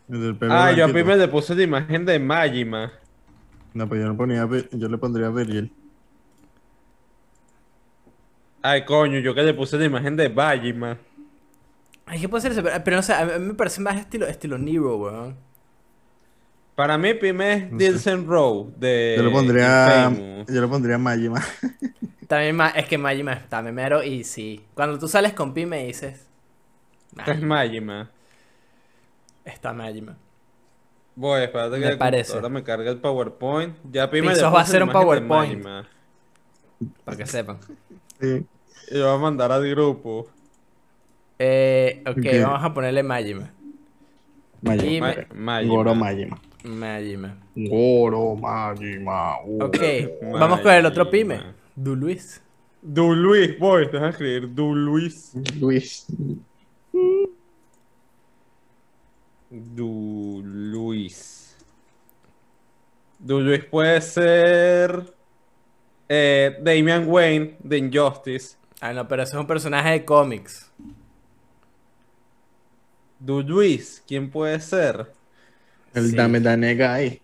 El del pelo Ah, yo a blanquito. Pyme le puse la imagen de Majima. No, pues yo, le ponía, Vir- yo le pondría Virgil. Ay, coño, yo que le puse la imagen de Bajima. Ay, ¿qué puede ser ese? Pero, pero no sé, a mí me parece más estilo, estilo Nero, weón. Para mí, Pyme es No sé. Dilsen Row de. Yo le pondría. Infamous. Yo le pondría Majima. También ma- es que Majima está memero y sí. Cuando tú sales con Pi me dices, Esta Este es "Majima, Majima. está Majima. Voy, espérate que Me la parece. computadora me carga el PowerPoint. Ya Pyme le Pixos va a puse la hacer un imagen de PowerPoint. Majima. Para que sepan. Sí. Y lo va a mandar al grupo. Eh, ok, Ok. vamos a ponerle Majima. Majima. Y- Ma- Pyme. Majima. Goro Majima. Majima. Goro Majima. uh. Ok, vamos con el otro pyme. Majima. Du Luis. Du Luis, voy, te vas a escribir Du Luis. Luis. Du Luis. Du Luis puede ser. Eh, Damian Wayne de Injustice. Ah, no, pero eso es un personaje de cómics. Du Luis, ¿quién puede ser? El Sí. Dame Danega ahí.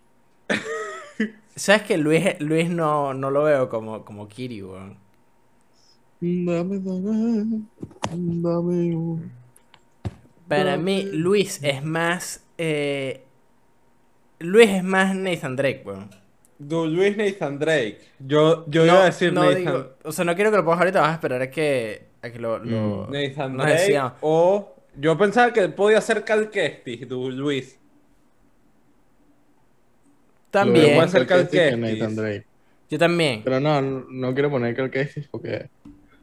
¿Sabes que Luis, Luis no, no lo veo como, como Kiri, weón? Dame Dame. Dame. un- Para mí, Luis es más. eh, Luis es más Nathan Drake, weón. Du Luis Nathan Drake. Yo, yo no, iba a decir no Nathan, digo- o sea, no quiero que lo pongas ahorita, vas a esperar a que, a que Mm. lo. lo- Nathan nos Drake. decían. O yo pensaba que podía ser Cal Kestis, Du Luis. Lo También. veo Puede más ser Cal Kestis que Cal Kestis. Nathan Drake. Yo también. Pero no, no quiero poner Cal Kestis porque.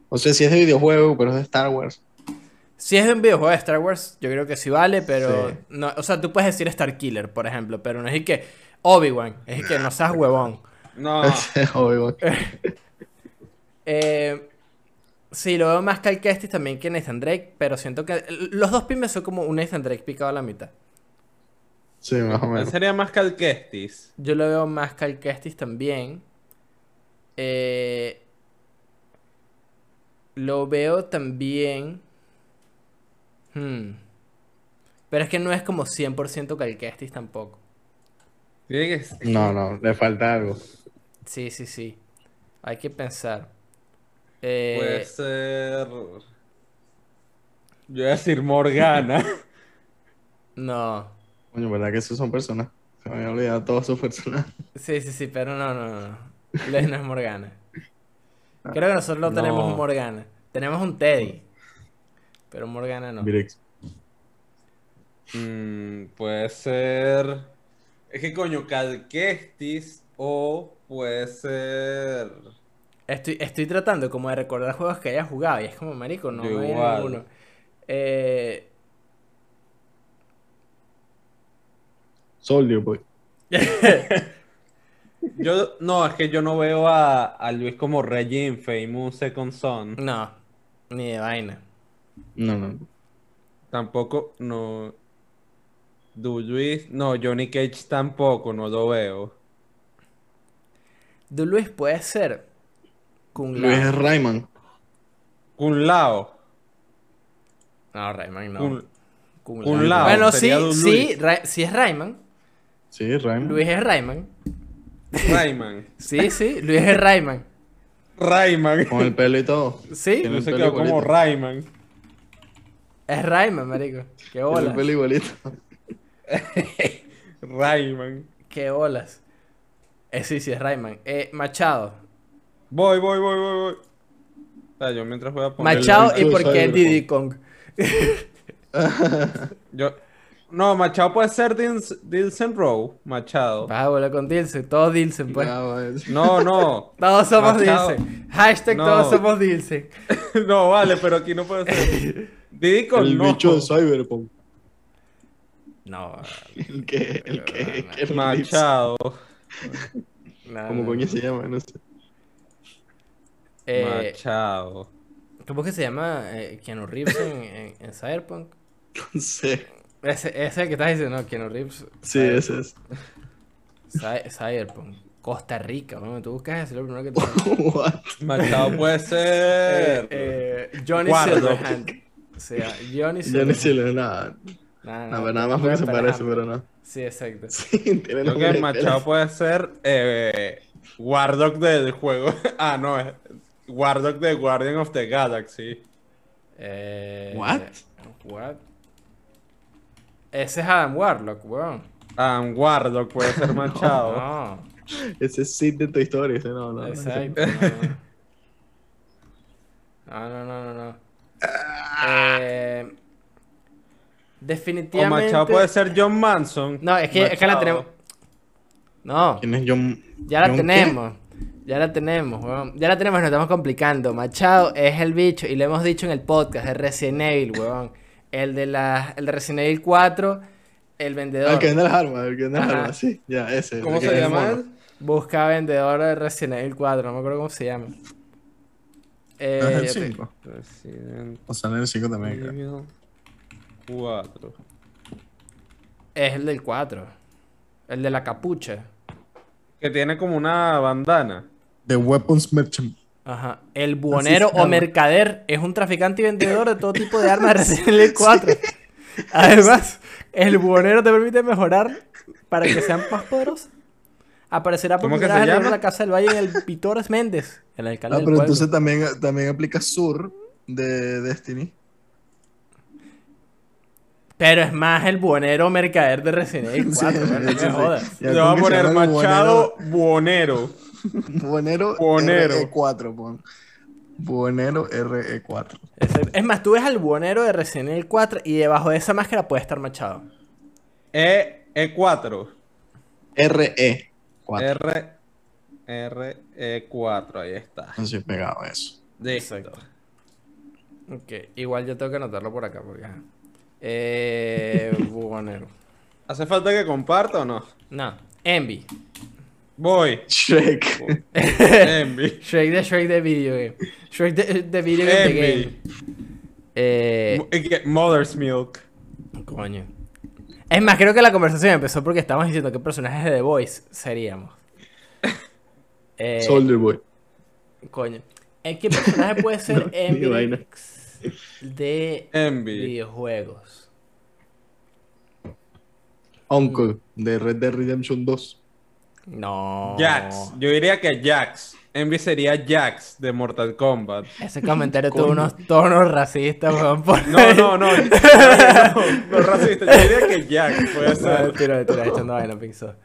O sea, si es de videojuego, pero es de Star Wars. Si es de un videojuego de Star Wars, yo creo que sí vale, pero. Sí. No, o sea, tú puedes decir Star Killer, por ejemplo, pero no es que. Obi-Wan, es que no seas huevón. No, Obvio. Eh, Sí, lo veo más Cal Kestis también que Nathan Drake, pero siento que los dos pymes son como un Nathan Drake picado a la mitad. Sí, más o Él menos. sería más Cal Kestis. Yo lo veo más Cal Kestis también. Eh, lo veo también. Hmm. Pero es que no es como 100% Cal Kestis tampoco. Tiene que ser- No, no, le falta algo. Sí, sí, sí. Hay que pensar. Eh, Puede ser. Yo voy a decir Morgana. No. Coño, ¿verdad que esos son personas? Se me había olvidado todos sus personas. Sí, sí, sí, pero no, no, no. no. Ley no es Morgana. Creo que nosotros no tenemos un No. Morgana. Tenemos un Teddy. Pero Morgana no. Mirex. Mm, puede ser. Es que coño, Cal Kestis o puede ser. Estoy, estoy tratando como de recordar juegos que haya jugado y es como, marico, no Yo me viene igual. ninguno. Eh, Soldier Boy. Yo no, es que yo no veo a, a Luis como Reggie en Famous Second Son. no, ni de vaina. No, no. Tampoco, no. Du Luis, no, Johnny Cage tampoco, no lo veo. Du Luis puede ser Kung Lao. Luis Rayman. Kun Lao. No, Rayman no. Kun- Kung Kung Lao. Lao, Bueno, sí, sería Du sí, Luis. Ra- sí es Rayman. Sí, Rayman. Luis es Rayman. Rayman. Sí, sí, Luis es Rayman. Rayman. Con el pelo y todo. Sí, Tiene No se el quedó pelo como igualito. Rayman. es Rayman, marico. Qué Con el bolas. pelo igualito. Rayman. Qué bolas. Eh, sí, sí, es Rayman. Eh, Machado. Voy, voy, voy, voy, voy. O sea, yo mientras voy a poner. Machado y Incluso por qué el- Diddy Kong. Yo... No, Machado puede ser Dils- Dilson Row. Machado. Vas a volver con Dilsen, todos Dilsen, pues. Ah, vale. No, no. Todos somos Machado. Dilsen. Hashtag No. todos somos Dilsen. no, vale, pero aquí no puede ser. Diddy Kong, El no. bicho de Cyberpunk. No, El que, el que, que Machado. no, Como no. coño se llama, no sé. Eh, Machado. ¿Cómo que se llama eh, Keanu Reeves en, en- en Cyberpunk? No sé. Ese, ese que estás diciendo, no, Keanu Reeves. Sí, Cyber- ese es. Cy- Cyberpunk. Costa Rica, bueno, tú buscas eso, es lo primero que te What? Machado puede ser. Eh, eh, Johnny Guardo. Silverhand. O sea, Johnny Yo ni Silverhand. sé leer nada. Nada, Nada, nada, pero nada más no porque se para parece, nada. pero no. Sí, exacto. Sí, tiene Creo nombre que de Machado puede ser eh, Warlock del juego. ah, no, es Warlock de Guardian of the Galaxy. Eh, What? what? Ese es Adam Warlock, weón. Ah, Warlock puede ser Machado. No, pelo. Ese es Sid de tu historia. Ese no, no. no sé. exacto. No, no, no, no. no. Eh, O definitivamente. Machado puede ser John Manson. No, es que, es que la Machado. tenemos. No, ¿Quién es John? ya la John qué? tenemos. Ya la tenemos, weón. Ya la tenemos, nos estamos complicando. Machado es el bicho, y lo hemos dicho en el podcast de Resident Evil, weón. El de, la, el de Resident Evil 4, el vendedor. Ah, el que vende las armas, el que vende las Ajá. armas, sí. Ya, ese. el ¿Cómo que se es llama mono. él? Busca vendedor de Resident Evil 4, no me acuerdo cómo se llama. Eh, ¿No es el ya te- 5? Resident O sale el 5 también, creo. Evil 4. es el del 4. El de la capucha. Que tiene como una bandana. The Weapons Merchant. Ajá. El buonero se llama. o mercader es un traficante y vendedor de todo tipo de armas de Resident Evil 4. Además, el buonero te permite mejorar para que sean más poderosos. Aparecerá por ¿Cómo que primera vez se en llama? la Casa del Valle en el Vitores Méndez, el alcalde Ah, del pero pueblo. entonces también, también aplica Sur de Destiny. Pero es más el buonero o mercader de Resident Evil 4, Sí, no me sí, sí. jodas. Ya, Le voy a ¿cómo que se poner llama el Machado Buonero. Buonero, Buonero. E RE4, pon. Buonero RE4. Exacto. Es más, tú ves al buonero de Resident Evil 4 y debajo de esa máscara puede estar machado. E, E4. R.E. E 4. R, R, E4. Ahí está. No estoy pegado a eso. Listo. Exacto. Ok, igual yo tengo que anotarlo por acá porque... ajá. Eh, buonero. ¿Hace falta que comparta o no? No, Envy. Voy. Shrek. Envy. Shrek de Shrek de video game. Shrek de, de video game. de Envy. game. Eh, Mo- eh, que- Mother's Milk. coño. Es más, creo que la conversación empezó porque estábamos diciendo qué personajes de The Voice seríamos. Eh, Soldier Boy. Coño. ¿En qué personaje puede ser No, ni vaina. Envy de Envy. videojuegos? Uncle. De Red Dead Redemption 2. No. Jax. Yo diría que Jax. Envy sería Jax de Mortal Kombat. Ese comentario tuvo unos tonos racistas, weón. por- No, no, no. No, no, no, racista. Yo diría que Jax puede No, ser. mentira, mentira, echando vaina, Pixar.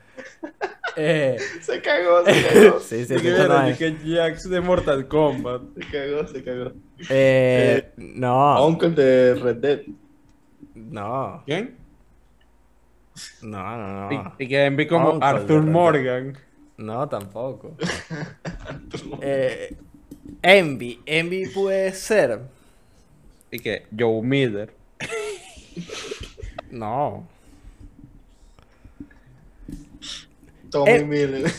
Eh, Se cagó, se cagó. sí, sí, Yo echando vaina. diría que Jax de Mortal Kombat. se cagó, se cagó. Eh, no, Uncle de Red Dead. no, ¿Quién? no, no, Y, no, y que Envy como Uncle, Arthur de Morgan. no, tampoco. Eh, Envy, Envy puede ser. Y que Joe Miller. No. Tommy Eh. Miller.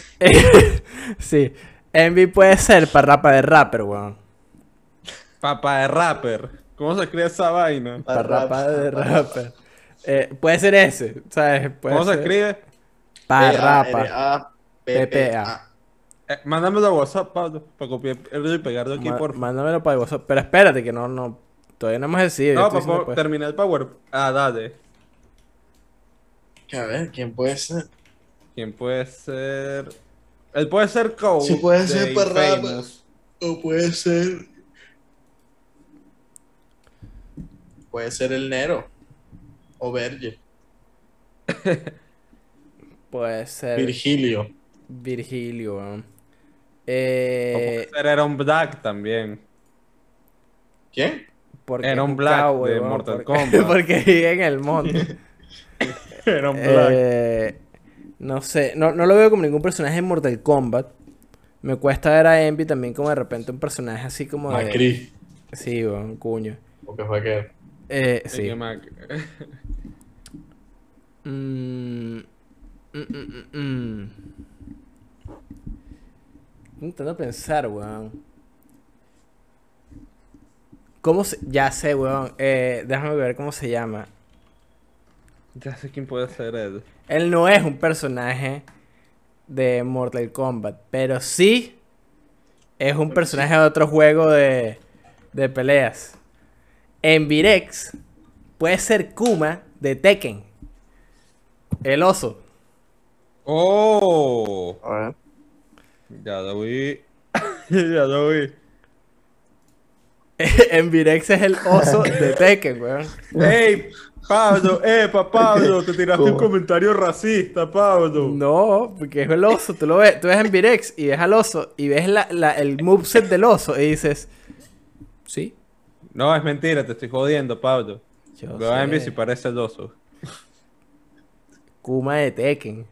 sí, Envy puede ser para rapa de rapper, weón. Papá de rapper. ¿Cómo se escribe esa vaina? Para rapa de rapper. Eh, puede ser ese, ¿sabes? Puede ¿Cómo se ser escribe? Para rapa. A, P, P, A. Eh, mándamelo a WhatsApp, Pablo, para copiar y pegarlo aquí, Ma- por favor. Mándamelo para el WhatsApp. Pero espérate, que no, no. Todavía no hemos decidido. yo No, estoy papá, diciendo, pues. termina el power. Ah, dale. A ver, ¿quién puede ser? ¿Quién puede ser? Él puede ser Cole. Sí, puede de ser pues, para Infamous. O puede ser. Puede ser el Nero. O Verge. Puede ser Virgilio. Virgilio, weón. O puede Eh, ser Aaron Black también. ¿Quién? porque Era es un un Black cowboy, de weón, Mortal porque- Kombat. Porque vive en el monte. Aaron Eh, no sé, no, no lo veo como ningún personaje en Mortal Kombat. Me cuesta ver a Envy también como de repente un personaje así como de... Macri. Sí, weón, cuño. Porque fue que. Eh, Es sí. que Mac- Mm, mm, mm, mm, mm. Estoy Intentando pensar, weón. ¿Cómo se...? Ya sé, weón. Eh, déjame ver cómo se llama. Ya sé quién puede ser él. Él no es un personaje de Mortal Kombat, pero sí es un personaje de otro juego de, de peleas. En Virex E puede ser Kuma de Tekken. El oso. ¡Oh! A ver. Ya lo vi. ya lo vi. En Virex es el oso de Tekken, weón. ¡Ey! Pablo, epa, Pablo, te tiraste un ¿Cómo? comentario racista, Pablo. No, porque es el oso, tú lo ves, tú ves en Virex y ves al oso y ves la- la- el moveset del oso y dices, sí, No, es mentira, te estoy jodiendo, Pablo. yo Lo va a enviar sé, si parece el oso. Kuma de Tekken.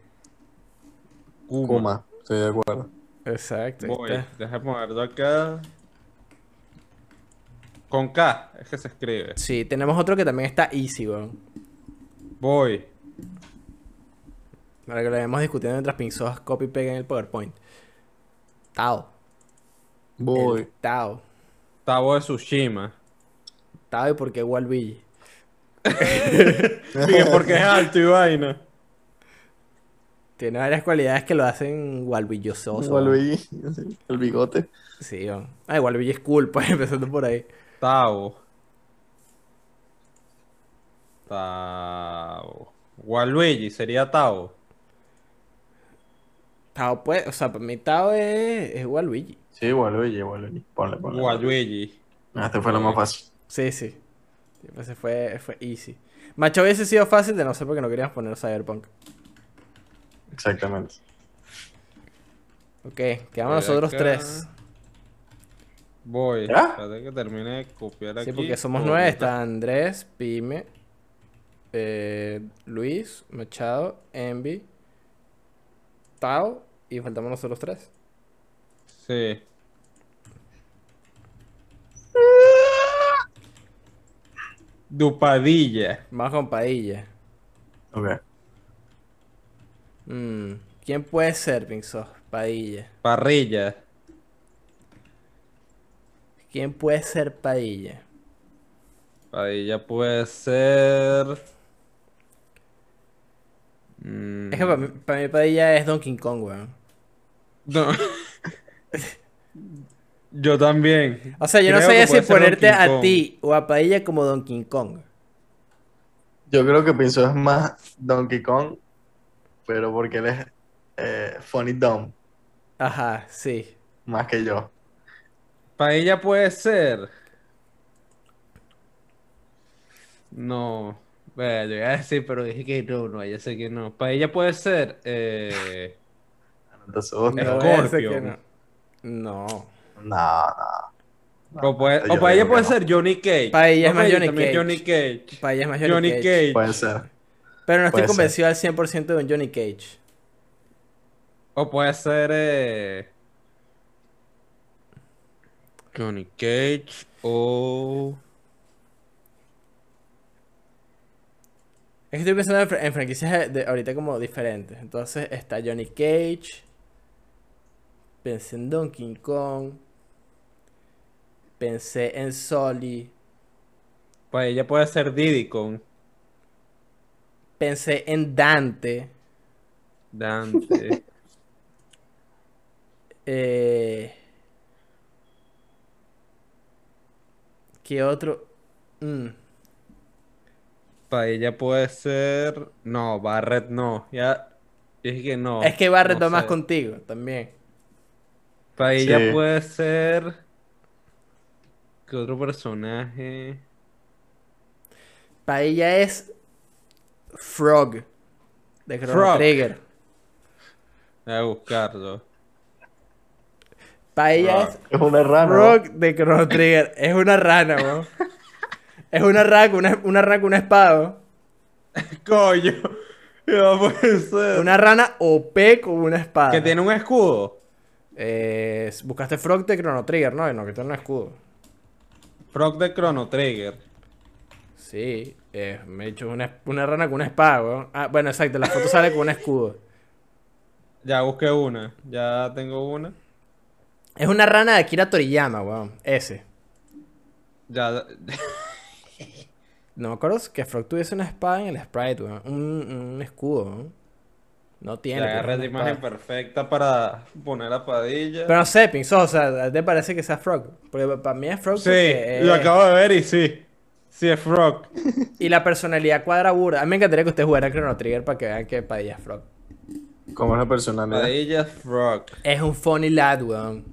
Kuma, estoy de acuerdo. Exacto. ahí Voy, está. déjame ponerlo acá. Con K, es que se escribe. Sí, tenemos otro que también está easy, weón. Voy. Para que lo vayamos discutiendo mientras pinzos copy y pega en el PowerPoint. Tao. el Voy. Tao. Tabo de Tsushima. Tao y por qué Waluigi. Dije, porque es alto y vaina. Tiene varias cualidades que lo hacen Waluigioso. weón. Waluigi, sí, El bigote. Sí, weón. Ay, Waluigi es cool, pues empezando por ahí. Tabo. Tabo. Waluigi sería Tabo. Tao, pues, o sea, para mí Tao es, es Waluigi. Sí, Waluigi, Waluigi. Ponle, ponle. Waluigi. Este fue lo más fácil. Sí, sí. Sí, pues, fue, fue easy. Macho hubiese sido fácil de no sé por qué no queríamos poner Cyberpunk. Exactamente. Ok, quedamos Voy nosotros acá. tres. Voy. ¿Ya? Espérate que termine de copiar aquí. Sí, porque somos Coño, nueve. Está Andrés, Pime, eh, Luis, Machado, Envy, Tao y faltamos nosotros tres. Sí. Dupadilla. Más con Padilla. Ok. Mm, ¿Quién puede ser, Pinzos? Padilla. Parrilla. ¿Quién puede ser Padilla? Padilla puede ser. Mm, Es que para mí, para mí Padilla es Donkey Kong, weón. no. Yo también. O sea, yo no Creo sabía que si puede ser ponerte Donkey a Kong. ti o a Padilla como Donkey Kong. Yo creo que pienso es más Donkey Kong, pero porque él es eh, Funny Dom, Ajá, sí. más que yo. Paella puede ser. No. Bueno, yo iba a decir, pero dije que no, no, ya sé que no. Paella puede ser. Eh... No te asustes. No voy a decir que Scorpion. No. No. No, no. O, puede, yo o Paella digo que puede no. ser Johnny Cage. Paella es más Ok, Johnny también Cage. Johnny Cage. Padilla es más Johnny, Johnny Cage. Cage. Puede ser. Pero no estoy Puede ser. convencido al 100% de un Johnny Cage. O puede ser. eh, Johnny Cage o. Es que estoy pensando en, fra- en franquicias de, ahorita como diferentes. Entonces está Johnny Cage. Pensé en Donkey Kong. Pensé en Soli. Paella puede ser Diddy Kong. Pensé en Dante. Dante. Eh... ¿Qué otro? Mm. Paella puede ser. No, Barrett no. Ya. Dije que no. es que Barrett no va más sé. contigo también. Paella Sí. puede ser. ¿Qué otro personaje? Para ella es Frog de Chrono Frog. Trigger. Voy a buscarlo. Para Ah. ella es Es una rana. Frog de Chrono Trigger. Es una rana, weón. Es una rana con una, una rana con una espada. weón. Coño. No puede ser. Una rana OP con una espada. Que tiene un escudo. Eh, buscaste Frog de Chrono Trigger, ¿no? Y No, que tiene un escudo. Frog de Chrono Trigger. Sí, eh, me he hecho una, una rana con una espada, weón. Ah, bueno, exacto, la foto sale con un escudo. Ya busqué una. Ya tengo una. Es una rana de Akira Toriyama, weón. Ese. Ya. No me acuerdo que Frog tuviese una espada en el sprite, weón. Un, un escudo, weón. No Ya tiene. pero agarré es la una imagen espada. perfecta para poner a Padilla. Pero no sé, Pinzó, o sea, ¿te parece que sea Frog? Porque para mí es Frog. sí, porque, eh, lo acabo de ver y sí. Sí, es Frog. Y la personalidad cuadra burda. A mí me encantaría que usted jugara Chrono Trigger para que vean que Padilla es Frog. ¿Cómo es la personalidad? Padilla es Frog. Es un funny lad, weón.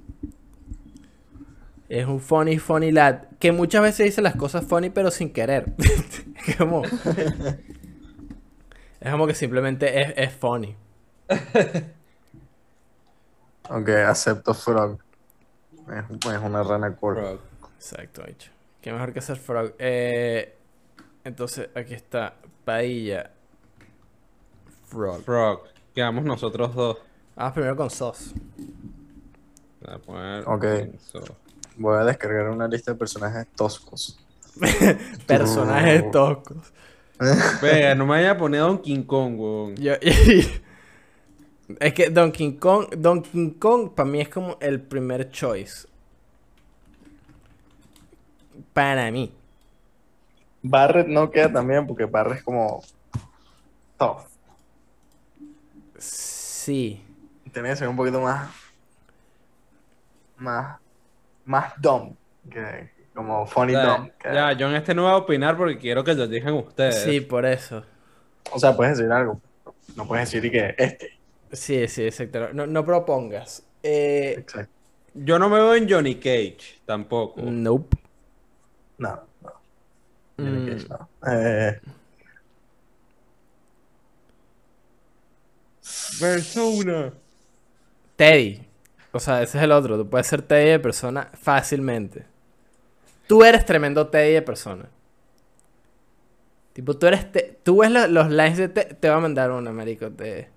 Es un funny, funny lad. Que muchas veces dice las cosas funny, pero sin querer. es como. es como que simplemente es, es funny. Ok, acepto Frog. Es, es una rana cool. Frog. Exacto, hecho. Qué mejor que ser frog. Eh, entonces, aquí está. Padilla. Frog. Frog. Quedamos nosotros dos. Vamos primero con Sos. Voy a poner Ok. Enzo. Voy a descargar una lista de personajes toscos. Personajes toscos. Venga, no me haya ponido un King Kong, weón. Yo- es que Donkey Kong, Donkey Kong para mí es como el primer choice. Para mí. Barrett no queda también porque Barrett es como tough. Sí. Tiene que ser un poquito más más más dumb que como funny dumb. Ya, que- ya, yo en este no voy a opinar porque quiero que lo digan ustedes. Sí, por eso. O sea, puedes decir algo. No puedes decir que este. Sí, sí, exacto. No, no propongas. Eh, Exacto. Yo no me veo en Johnny Cage tampoco. nope. No, no. Mm. Johnny Cage, no. Eh, Persona. Teddy. O sea, ese es el otro. Tú puedes ser Teddy de persona fácilmente. Tú eres tremendo Teddy de persona. Tipo, tú eres. te- Tú ves lo- los likes de Te, te va a mandar una, marico. Te...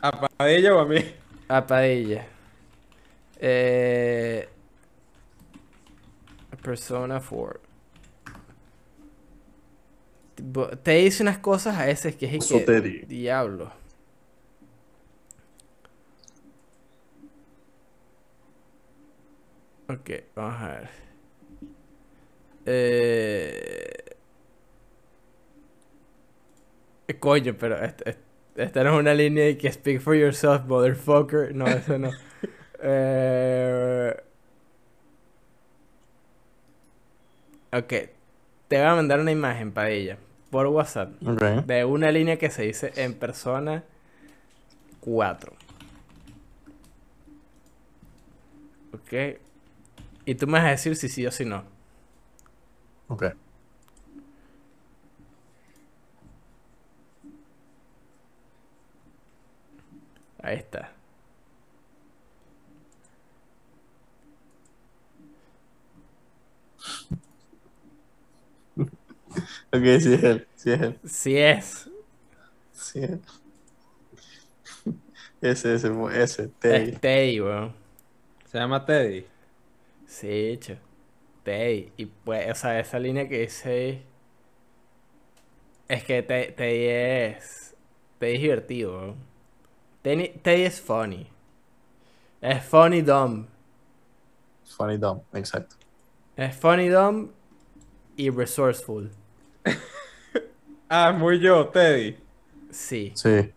¿A Padilla Ah, o a mí? A Padilla. Ah, Eh... Persona 4. Tipo, te dice unas cosas a veces que es y Uso que- Teddy. Diablo. Ok, vamos a ver. Eh... Eh, Coño, pero este- este- esta no es una línea de que speak for yourself, motherfucker. No, eso no. Eh... Ok, te voy a mandar una imagen, Padilla, por WhatsApp, Ok. Eh, de una línea que se dice en persona 4. Ok. Y tú me vas a decir si sí o si no. Ok. Ahí está. Ok, sí es él, sí es él, Sí es. sí es él. Ese, ese, fue- Eh. ese, Es Teddy. Teddy, weón. Se llama Teddy. Sí, che. Teddy. Y pues, o sea, esa línea que dice. Es que Te- Teddy es. Teddy es divertido, weón. Teddy, Teddy es funny. Es funny dumb. Funny Dom, exacto. Es funny dumb y resourceful. Ah, es muy yo, Teddy. Sí. Sí.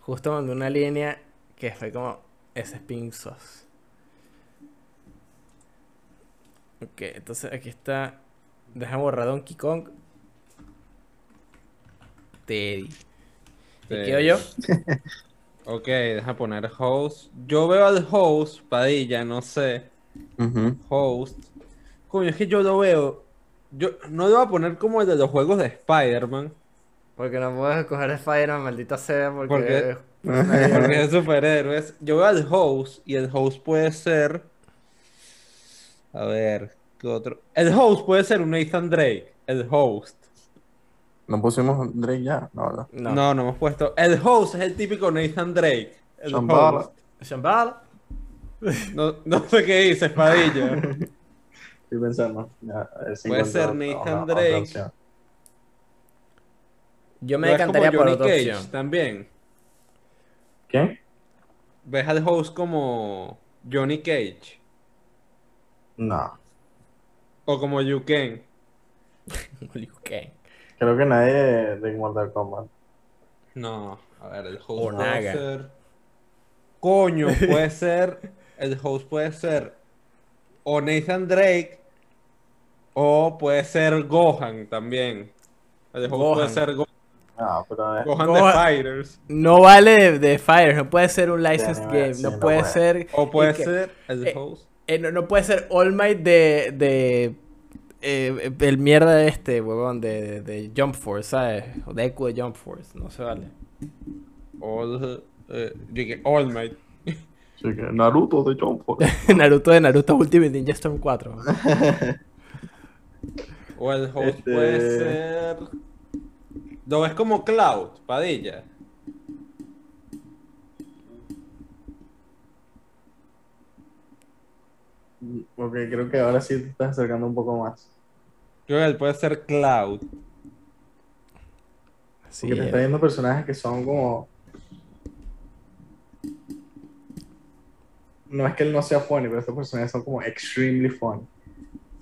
Justo mandó una línea que fue como ese es pink sauce. Ok, entonces aquí está. Deja borrar Donkey Kong. Teddy. ¿Te Teddy. quedo yo? Ok, deja poner host. Yo veo al host, Padilla, no sé. Host. Coño, es que yo lo veo. Yo no lo voy a poner como el de los juegos de Spider-Man. Porque no puedo coger Spider-Man, maldita sea, porque. ¿Por qué? Eh. Porque es superhéroes. Yo veo al host y el host puede ser. A ver, ¿qué otro? El host puede ser un Nathan Drake. El host. No pusimos Drake ya, no, ¿verdad? No. No, no, hemos puesto. El host es el típico Nathan Drake. El Shambhala. host. Shambhala. No, no sé qué dices, Padilla. Estoy pensando. ya, a ver si Puede encuentro ser otra- otra- Nathan otra Drake. opción. Yo me No es como decantaría por Johnny otra Cage opción. también. ¿Quién? Ves al host como Johnny Cage No. o como You Ken. Liu Kang. Creo que nadie de, de Mortal Kombat. No, a ver, el host O puede Naga. ser. Coño, puede ser. El host puede ser o Nathan Drake o puede ser Gohan también. El host Gohan. puede ser Go- No, pero eh. Oh. es- Gohan Gohan. de Fighters. No vale de, de Fire, no puede ser un licensed no, game, sí, no no puede puede. ser. O puede y que- ser el eh, host. Eh, no, no puede ser All Might de. de eh, el mierda de este, huevón, de, de Jump Force, ¿sabes? O de Echo de Jump Force, no se vale. All, eh, dije, All Might. Sí, que Naruto de John Paul. Naruto de Naruto Ultimate Ninja Storm 4. O el host Este- puede ser. Lo ves como Cloud, Padilla. porque creo que ahora sí te estás acercando un poco más. Yo creo que él puede ser Cloud. Sí, Porque te está eh. viendo personajes que son como. No es que él no sea funny, pero estos personajes son como extremely funny.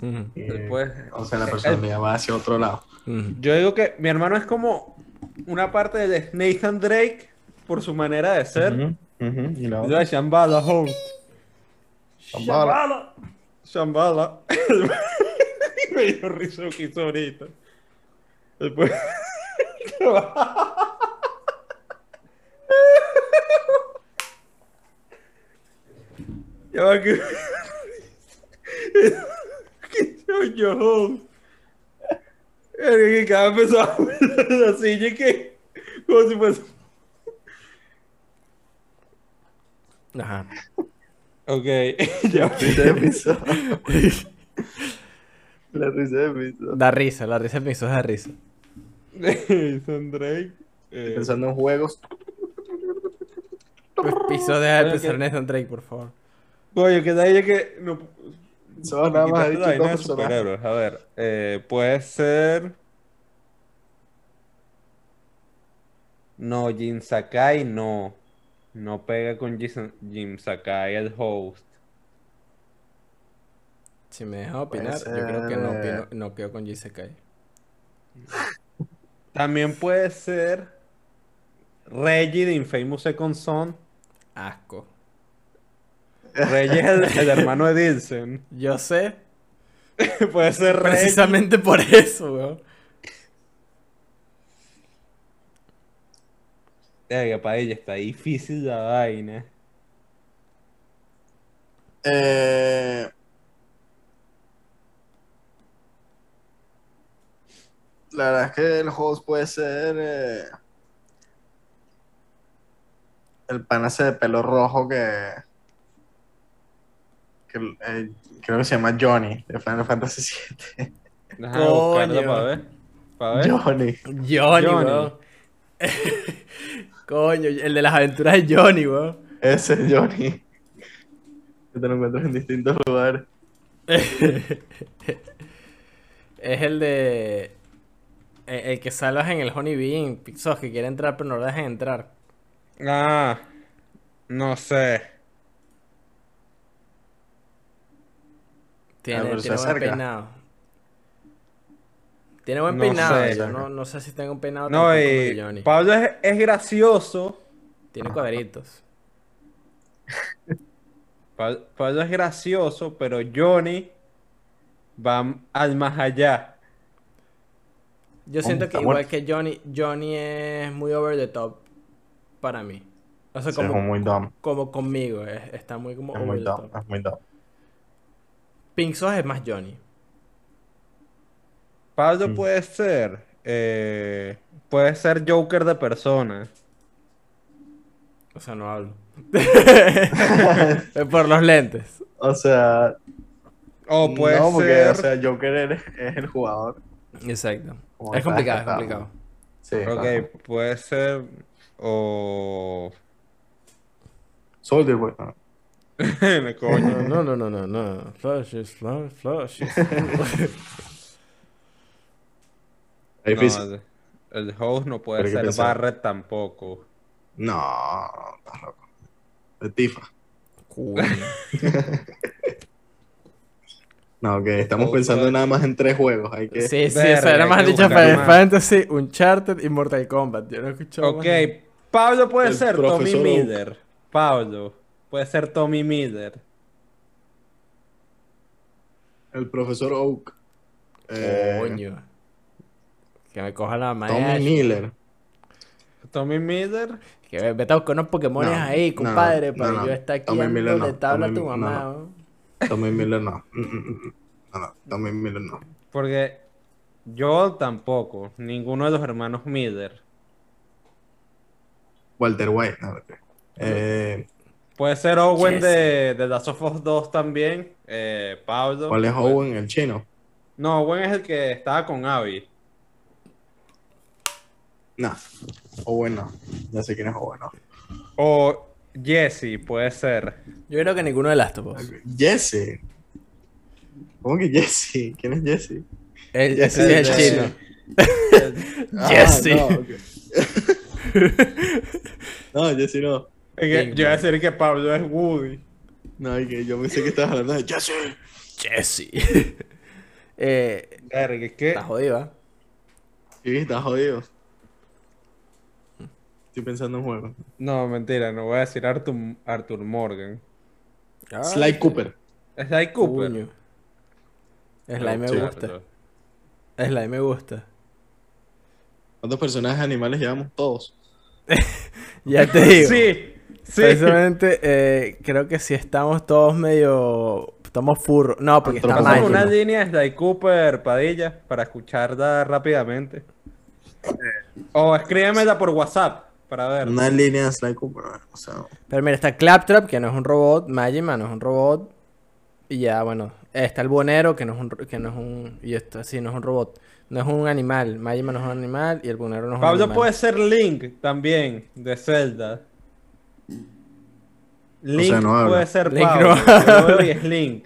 Ujú, Y, Él puede- O sea, la personalidad va hacia otro lado. ujú. Yo digo que mi hermano es como una parte de Nathan Drake por su manera de ser. Ujú, ujú, Y la Yo otra. de Shambhala, host. Shambhala. Shambhala. Me dio risa lo que hizo ahorita. Después. ya va que. ¿Qué coño, host? Verga, que cada vez empezó a hablar de la silla que. Como si fuese. Ajá. Ok, ya. risa de piso. La risa de piso. Da risa, la risa me hizo da risa. Nathan Drake. Estoy eh, Pensando en juegos. Pues, Piso, deja de Creo pensar que- en Nathan Drake, por favor. Coño, que nadie que. No, Son nada más Quitaste dicho la vaina dos de personajes. superhéroes. A ver, eh, puede ser. No, Jin Sakai no. No pega con Jin, Jin Sakai, el host. Si me dejas opinar, Puede yo creo que no, ser. opino- no quedo con Jisekai. También puede ser Reggie de Infamous Second Son. Asco. Reggie es el, el hermano de Dilsen. Yo sé, puede ser Reggie. precisamente por eso, weón. Verga, pa' ella está difícil la vaina. Eh... La verdad es que el host puede ser eh, el pan ese de pelo rojo que, que eh, creo que se llama Johnny de Final Fantasy VII. Déjame buscarla Coño. para ver. Para ver. Johnny. Johnny, Johnny. weón. Coño, el de las aventuras de Johnny, weón. Ese es Johnny. Que te lo encuentras en distintos lugares. Es el de. El, el que salvas en el Honey Bean, Pixos, que quiere entrar pero no lo dejan entrar. Ah, no sé. Tiene, Ah, pero se tiene buen acerca. peinado. Tiene buen No peinado, sé. yo no, no sé si tengo un peinado tan No, bueno y como el de Johnny. Pablo es, es gracioso. Tiene cuadritos. Pa- Pablo es gracioso, pero Johnny va m- al más allá. Yo siento que Oh, está igual muerto. que Johnny, Johnny es muy over the top para mí. O sea, Sí, es como, muy dumb. como conmigo, es- está muy como Es over muy the dumb. top. Es muy dumb. Pink Sos es más Johnny. Pablo Mm. puede ser. eh, puede ser Joker de persona. O sea, no hablo. Por los lentes. O sea, O puede no, porque, ser. o sea, Joker es, es el jugador. Exacto. Como Es está complicado, es descartado. complicado. Sí, ok, puede ser. O. Soldier Boy. no. Coño. No, no, no, no, no. Flashes, flash, flashes. Es No, difícil. el, el host no puede Pero hay que ser pensar. Barrett tampoco. No, estás loco. De Tifa. No, ok, estamos Oh, pensando fuck. nada más en tres juegos. Hay que. Sí, sí, Verga, eso era hay más que dicho buscar Final más. Fantasy, Uncharted y Mortal Kombat. Yo no he escuchado Ok, más. Pablo puede El ser Tommy profesor Oak. Miller. Pablo puede ser Tommy Miller. El profesor Oak. Eh, Coño. Que me coja la Tommy madre. Miller. Tommy Miller. Que ve- vete a buscar unos Pokémones No, ahí, no, compadre, no, para no. yo estar aquí Tommy Miller dándole no, tabla a Tommy tu Miller no. mamá. ¿no? Tommy Miller no. Mm, mm, mm. No, no, Tommy Miller no. Porque yo tampoco. Ninguno de los hermanos Miller. Walter White. no, ok. Eh, Puede ser Owen Yes. de, de Last of Us 2 también. eh, Pablo. ¿Cuál es Puede- Owen? El chino. No, Owen es el que estaba con Abby. No. Owen no. Ya sé quién es Owen. No. O Jesse, puede ser. Yo creo que ninguno de las topos. Jesse. ¿Cómo que Jesse? ¿Quién es Jesse? El, Jesse, ese es el Jesse. chino. Ah, Jesse. no, ok. no, Jesse no. Es que Big yo iba a Man. decir que Pablo es Woody. No, es que yo pensé que estabas hablando de Jesse. Jesse. eh, Verga, es que está jodido, ¿eh? Sí, estás jodido. Estoy pensando en juego. No, mentira, no voy a decir Arthur, Arthur Morgan. Ah, Sly Cooper. Sly Cooper. coño. Slime me Sí. gusta. Slime me gusta. ¿Cuántos personajes animales llevamos todos? Ya te digo. Sí, sí. Precisamente, eh, creo que si estamos todos medio. Estamos furro. No, porque está Pasamos Magno. Antropomorfo. una línea de Sly Cooper, Padilla, para escucharla rápidamente. O escríbemela por WhatsApp para ver. Eh. Una línea de Sly Cooper. ah, O sea, Pero mira, está Claptrap, que no es un robot. Majima no es un robot. Y ya, bueno. eh, Está el buonero, que no es un. ro- Que no es un y esto, sí, no es un robot. No es un animal. Majima no es un animal y el buonero no es un Pablo animal. puede ser Link también, de Zelda. Link no habla. puede ser Link Pablo. no Yo veo y es Link.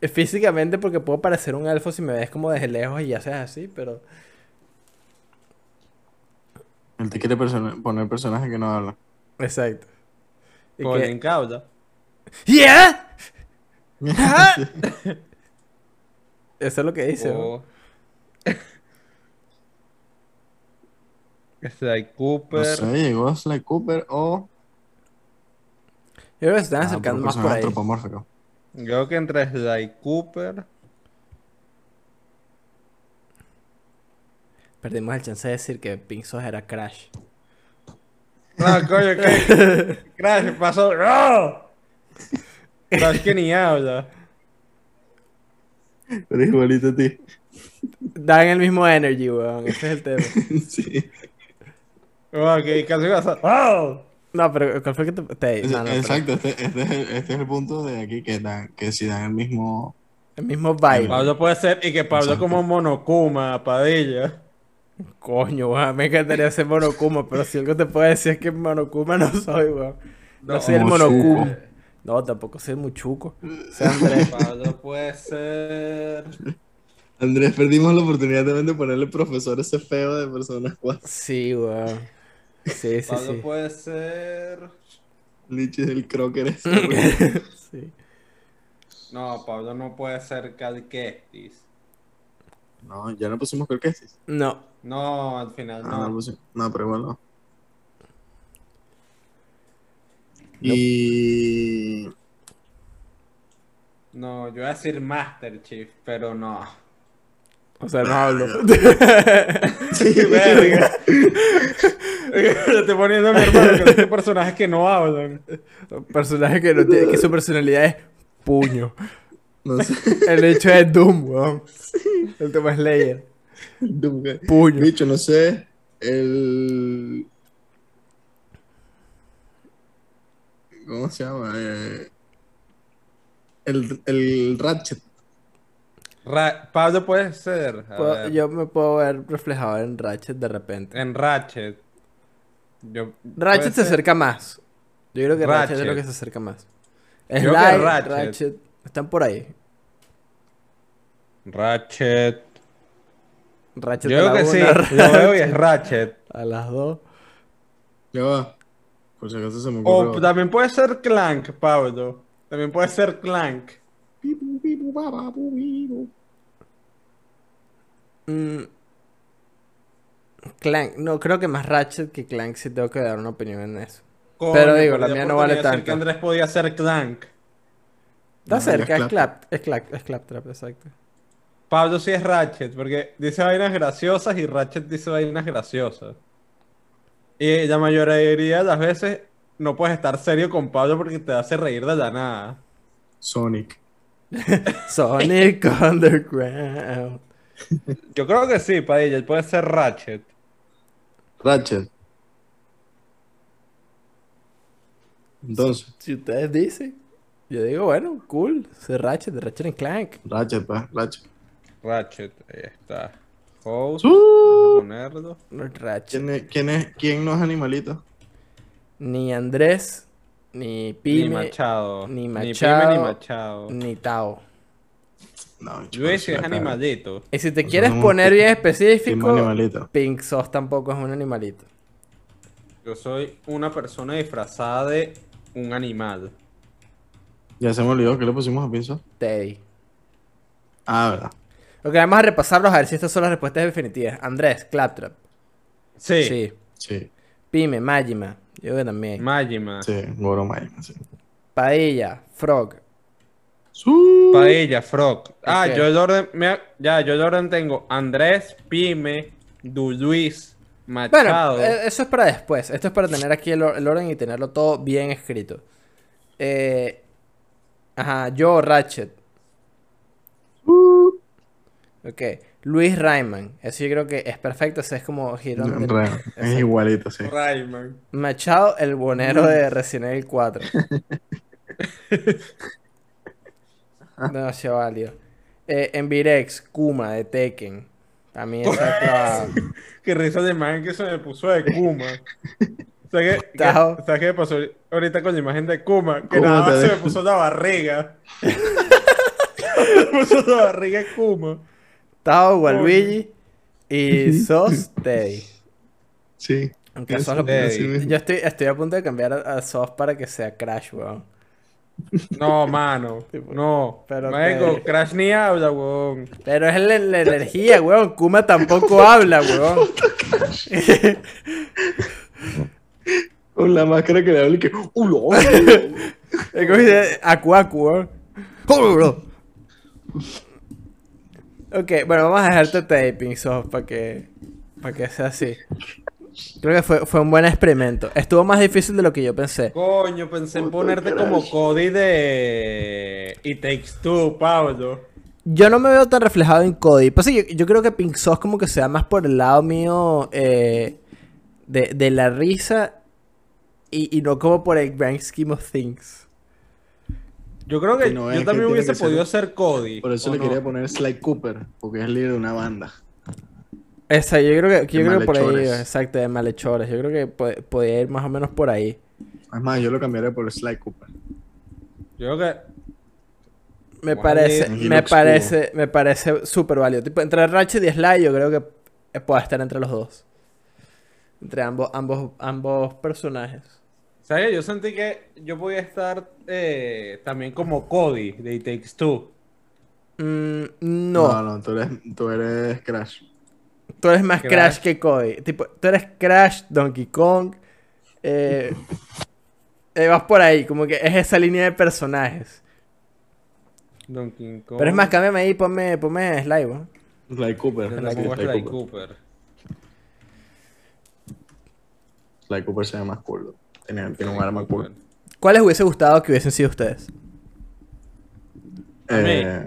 Eh, Físicamente, porque puedo parecer un elfo si me ves como desde lejos y haces así, pero. él te quiere persona- poner personajes que no hablan. Exacto. Y Como que- Link habla. ¡Yeah! Ah. Eso es lo que dice. Oh. ¿no? O- Sly Cooper. No sé, llegó Sly Cooper o. Yo creo que se están Ah, acercando porque más son por ahí. antropomórficos. Creo que entre Sly Cooper. Perdimos el chance de decir que Pink Sos era Crash. No, coño, que. Crash pasó. ¡No! Crash que ni habla. Pero igualito a ti. Dan el mismo energy, weón. Ese es el tema. Sí. Bueno, que casi pasa. ¡Oh! ¡No! No, pero ¿cuál fue que te.? te- no, no, pero Exacto, este, este es el, este es el punto de aquí que, dan, que si dan el mismo. El mismo vibe. Ah. Pablo puede ser. Y que Pablo Exacto. como Monokuma, Padilla. Coño, weón. Me encantaría ser Monokuma, pero si algo te puedo decir es que Monokuma no soy, weón. No, No, soy el Mochuco. Monokuma. No, tampoco soy Muchuco. Soy Andrés. Pablo puede ser. Andrés, perdimos la oportunidad también de ponerle profesor a ese feo de personas cuatro. Sí, weón. Sí, sí, Pablo sí. puede ser. Liches del crocker ese. sí. No, Pablo no puede ser Cal Kestis. No, ya no pusimos Corquestis. No. No, al final Ah, no, no. pusimos. No, pero igual no. Y. No, yo iba a decir Master Chief, pero no. O sea, no hablo. Sí, Verga. Le estoy poniendo a mi hermano que son personajes que no hablan. Personaje que no tiene. Que su personalidad es puño. No sé. El hecho es Doom, weón. El tema es Slayer. Dunga. Puño. Bicho, no sé. El. ¿Cómo se llama? Eh, el, el Ratchet. Ra- Pablo puede ser. a Puedo- ver, Pues, yo me puedo ver reflejado en Ratchet de repente. En Ratchet. Yo, Ratchet puede se ser- acerca más. Yo creo que Ratchet, es Ratchet. lo que se acerca más. Creo que Sly, Ratchet. Ratchet. Están por ahí. Ratchet. Yo Ratchet a creo la que una, sí. Ratchet Lo veo y es Ratchet. a las dos. Ya va. Por si acaso se me ocurrió. O también puede ser Clank, Pablo. También puede ser Clank. Pipu, pipu, pa, pa, pu, pipu. Mm. Clank. No, creo que más Ratchet que Clank sí tengo que dar una opinión en eso. Coño, Pero digo, la perdí mía no vale oportunidad de tanto. decir que Andrés podía ser Clank. Está No, cerca, ya es es Clap, es Clap, es Claptrap, exacto. Pablo sí es Ratchet, porque dice vainas graciosas y Ratchet dice vainas graciosas. Y la mayoría de las veces no puedes estar serio con Pablo porque te hace reír de la nada. Sonic. Sonic Underground. Yo creo que sí, Padilla, puede ser Ratchet. Ratchet. Entonces, Si ustedes dicen, yo digo, bueno, cool, ser Ratchet, de Ratchet en Clank. Ratchet, pa, Ratchet. Ratchet, ahí está. Host, vamos a Uh, ponerlo. Ratchet. ¿Quién, es, quién, es, ¿Quién no es animalito? Ni Andrés, ni Ni Pime, ni, Machado. ni Pime, Machado, ni Machado. Tao. No, bicho, Luis sí la es cara. animalito. Y si te Nosotros quieres somos poner pi- bien Primo específico, animalito. Pink Sos tampoco es un animalito. Yo soy una persona disfrazada de un animal. Ya se me olvidó que le pusimos a Pinzo. Teddy. Ah, verdad. Ok, vamos a repasarlos a ver si estas son las respuestas definitivas. Andrés, Claptrap. Sí. Sí, Pime, Majima. Yo creo que también. Majima. sí, Goro Mayan, sí. Padilla, Frog. Su- Paella, Frog. Ah, Ok. yo el orden. me- ya, yo el orden tengo Andrés, Pime, Duluis, Machado. Bueno, eh, eso es para después. Esto es para tener aquí el, or- el orden y tenerlo todo bien escrito. Eh, ajá, yo, Ratchet. Ok, Luis Rayman. Eso yo creo que es perfecto. Ese es como giro. del- Re- Es Exacto. igualito, eh. sí. Rayman. Machado, el bonero de Resident Evil 4. Demasiado válido. Eh, Envirex, Kuma de Tekken. A mí esa es clave. Qué risa de imagen que se me puso de Kuma. ¿Sabes qué, Tao. qué- sabes qué me pasó ahorita con la imagen de Kuma? Que Kuma nada más te se ve. me puso la barriga. se me puso la barriga de Kuma. Tao, Waluigi y Sos Teddy. Sí. Aunque Eso, Sos lo- Teddy. así mismo. Yo estoy, estoy a punto de cambiar a, a Sos para que sea Crash, weón. No, mano. No. Pero Marico, que- Crash ni habla, weón. Pero es la, la energía, weón. Kuma tampoco habla, weón. Con la máscara que le habla y que. "Uh, ¡Ulo! Es como dice Aku Aku, weón. Ok, bueno, vamos a este dejarte taping, Sof, para que, para que sea así. Creo que fue, fue un buen experimento. Estuvo más difícil de lo que yo pensé. Coño, pensé en Puta, ponerte Crash. como Cody de. It Takes Two, Pablo. Yo no me veo tan reflejado en Cody. Pues sí, yo, yo creo que Pink Sauce como que se da más por el lado mío eh, de, de la risa y, y no como por el grand scheme of things. Yo creo que Que no es yo que también tiene hubiese que ser- podido ser Cody. Por eso ¿o le no? quería poner Sly Cooper, porque es el líder de una banda. Esa, yo creo que, yo De creo que por ahí, malhechores. exacto, de malhechores. Yo creo que po- podía ir más o menos por ahí. Es más, yo lo cambiaré por Sly Cooper. Yo creo que. Me Guay, parece, Angelo me Obscuro. parece, me parece súper válido. Tipo, entre Ratchet y Sly yo creo que eh, pueda estar entre los dos. Entre ambos, ambos, ambos personajes. ¿Sabes? qué? Yo sentí que yo podía estar eh, también como Cody de It Takes Two. Mm, no, No, no, tú eres, tú eres Crash. tú eres más Crash. Crash. que Cody. Tipo, tú eres Crash, Donkey Kong. eh, eh, vas por ahí, como que es esa línea de personajes. Donkey Kong. Pero es más, cámbiame ahí, ponme, ponme Sly, weón. Sly Cooper. Yo Sí, le pongo a Sly, Sly Cooper. Cooper. Sly Cooper se ve más cool. Tiene, tiene un Sly arma Cooper. cool. ¿Cuál les hubiese gustado que hubiesen sido ustedes? A mí. Eh,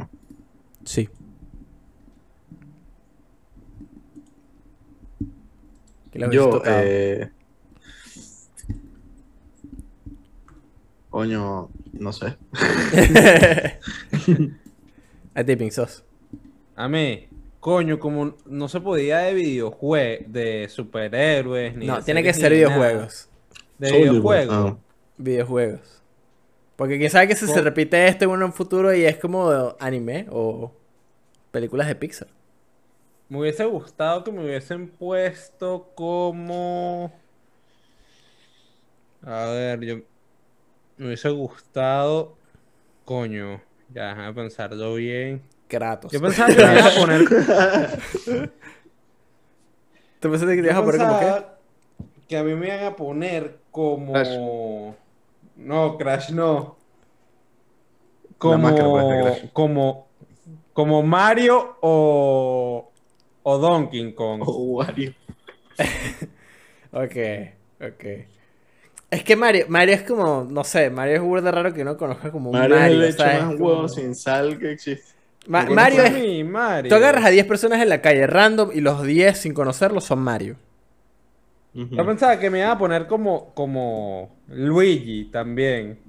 Sí. ¿Qué les hubiese yo, tocado? eh... Coño, no sé. A ti, Pink Sos. A mí, coño, como no se podía de videojuegos, de superhéroes, ni No, de tiene que series, ser ni de nada. videojuegos. De Soldier Boy. videojuegos. Ah. Videojuegos. Porque quién sabe que si se Co- repite esto en un futuro y es como anime o películas de Pixar. Me hubiese gustado que me hubiesen puesto como. A ver, yo. Me hubiese gustado. Coño. Ya, déjame pensarlo bien. Kratos. Yo pensaba que me iba a poner. ¿Tú pensaste que te ibas a Yo poner como qué? pensaba Que a mí me iban a poner como. No, Crash no. Una Como. máscara, pues, de Crash. Como. Como Mario o. O Donkey Kong. Oh, Wario. Ok, ok. Es que Mario, Mario es como, no sé, Mario es burda raro que no conozca como un Mario. Mario es el hecho ¿sabes? más Como- huevo sin sal que existe. Ma- Yo Mario Pues es. mi Mario. Tú agarras a 10 personas en la calle random y los 10 sin conocerlos son Mario. Hmm. Yo pensaba que me iban a poner como. Como. Luigi también.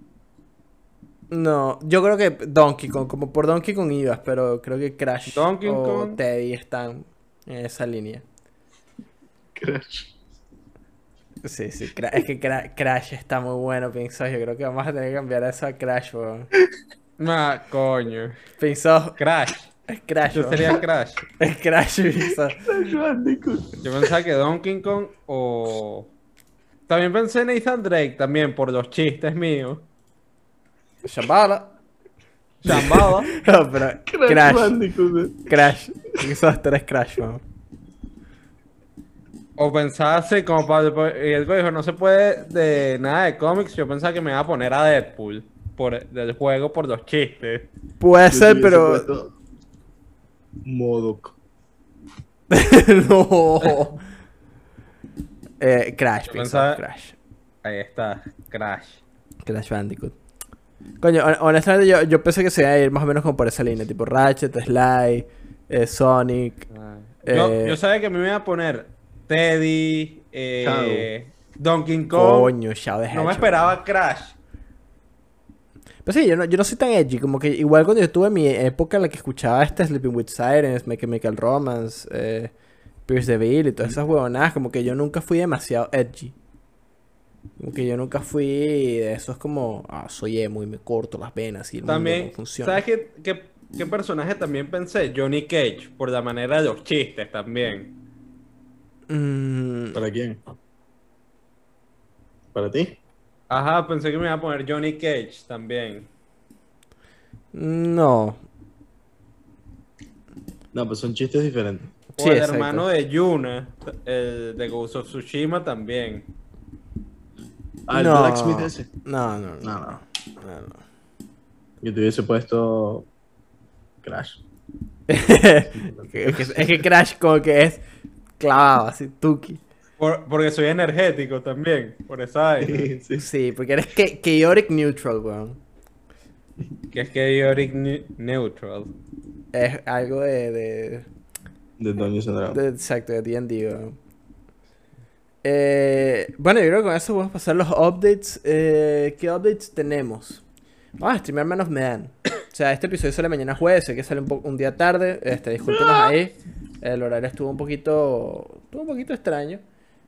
No, yo creo que Donkey Kong, como por Donkey Kong ibas, pero creo que Crash Donkey o Kong. Teddy están en esa línea. Crash. Sí, sí, Cra- es que Cra- Crash está muy bueno, Pinzos. Yo creo que vamos a tener que cambiar eso a Crash, weón. Ah, coño. Pinzos, Crash. es Crash, Yo weón. sería Crash. Es Crash, Pinzos. Crash Bandicoot. Yo pensaba que Donkey Kong o. También pensé en Nathan Drake también por los chistes míos. Shambhala. Chambaba. No, pero Crash, Crash, Bandicoot. eh. Crash. Pinzos, tú eres Crash, weón. O pensaba así, como Pablo pa- y él dijo, no se puede de nada de cómics. Yo pensaba que me iba a poner a Deadpool por, e- del juego por los chistes. Puede Yo ser, te hubiese pero. puesto Modok. no. Eh, Crash, Yo Pinzos, pensaba- Crash. Ahí está, Crash. Crash Bandicoot. Coño, hon- honestamente yo, yo pensé que se iba a ir más o menos como por esa línea, tipo Ratchet, Sly, eh, Sonic. Yo, Eh. yo sabía que me iba a poner Teddy, eh, Donkey Kong. Coño, Shadow the no me Hedgehog. esperaba Crash. Pero Pues sí, yo no, yo no soy tan edgy, como que igual cuando yo tuve mi época en la que escuchaba este Sleeping with Sirens, My Chemical Romance, eh, Pierce the Veil y todas esas huevonadas, como que yo nunca fui demasiado edgy. Como que yo nunca fui de esos como, ah, soy emo y me corto las venas y el mundo También, no funciona. ¿sabes qué, qué- qué personaje también pensé? Johnny Cage, por la manera de los chistes también. Mm, ¿Para quién? ¿Para ti? Ajá, pensé que me iba a poner Johnny Cage también. No. No, pues son chistes diferentes. O Sí, el exacto. hermano de Yuna, el de Ghost of Tsushima también. Ah, el no. Blacksmith ese. No, no, no. No, no. no, no. Yo te hubiese puesto Crash. es, que, es que Crash como que es clavado, así, tuki. Por- porque soy energético también, por esa vaina. sí. Sí, porque eres que chaotic neutral, weón. que es chaotic ne- neutral. Es algo de, de, De Dungeons and Dragons. de- exacto, de D&D, weón. Eh, bueno, yo creo que con eso vamos a pasar los updates. Eh, ¿Qué updates tenemos? Vamos a streamear Man of Man. O sea, este episodio sale mañana jueves, sé que sale un, po- un día tarde. Este, discúlpenos ahí. El horario estuvo un poquito. Estuvo un poquito extraño.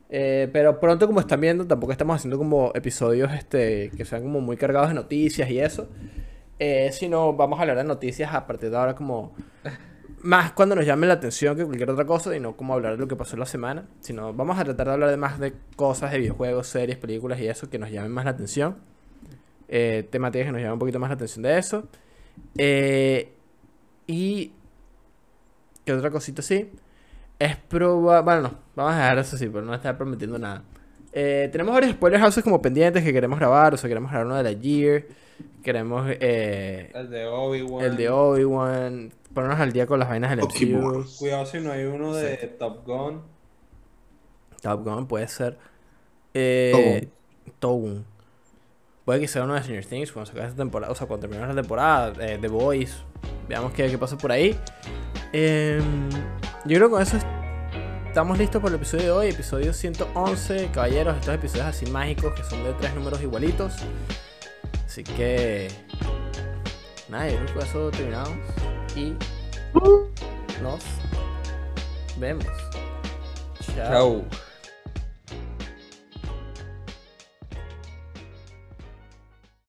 Eh, pero pronto, como están viendo, tampoco estamos haciendo como episodios este, que sean como muy cargados de noticias y eso. Eh, sino vamos a hablar de noticias a partir de ahora como más cuando nos llame la atención que cualquier otra cosa y no como hablar de lo que pasó en la semana, sino vamos a tratar de hablar de más de cosas de videojuegos, series, películas y eso que nos llamen más la atención. Eh, temáticas que nos llamen un poquito más la atención de eso. Eh, y que otra cosita sí es proba... Bueno, no, vamos a dejar eso sí, pero no estar prometiendo nada. Eh, tenemos varios spoilers houses como pendientes que queremos grabar, o sea, queremos grabar uno de la Year, queremos eh, El de Obi-Wan. el de Obi-Wan, ponernos al día con las vainas del Pokémon. MCU, Cuidado si no hay uno de Top Gun. Top Gun puede ser, eh, Togun. Puede que sea uno de Stranger Things cuando se acabe esta temporada, o sea, cuando terminemos la temporada, eh, The Boys, veamos qué, qué pasa por ahí. Em, yo creo que con eso es- estamos listos para el episodio de hoy, episodio 111, caballeros, estos episodios así mágicos que son de tres números igualitos. Así que. Nada, yo creo que con eso terminamos. Y. Nos vemos. Chao. Chau.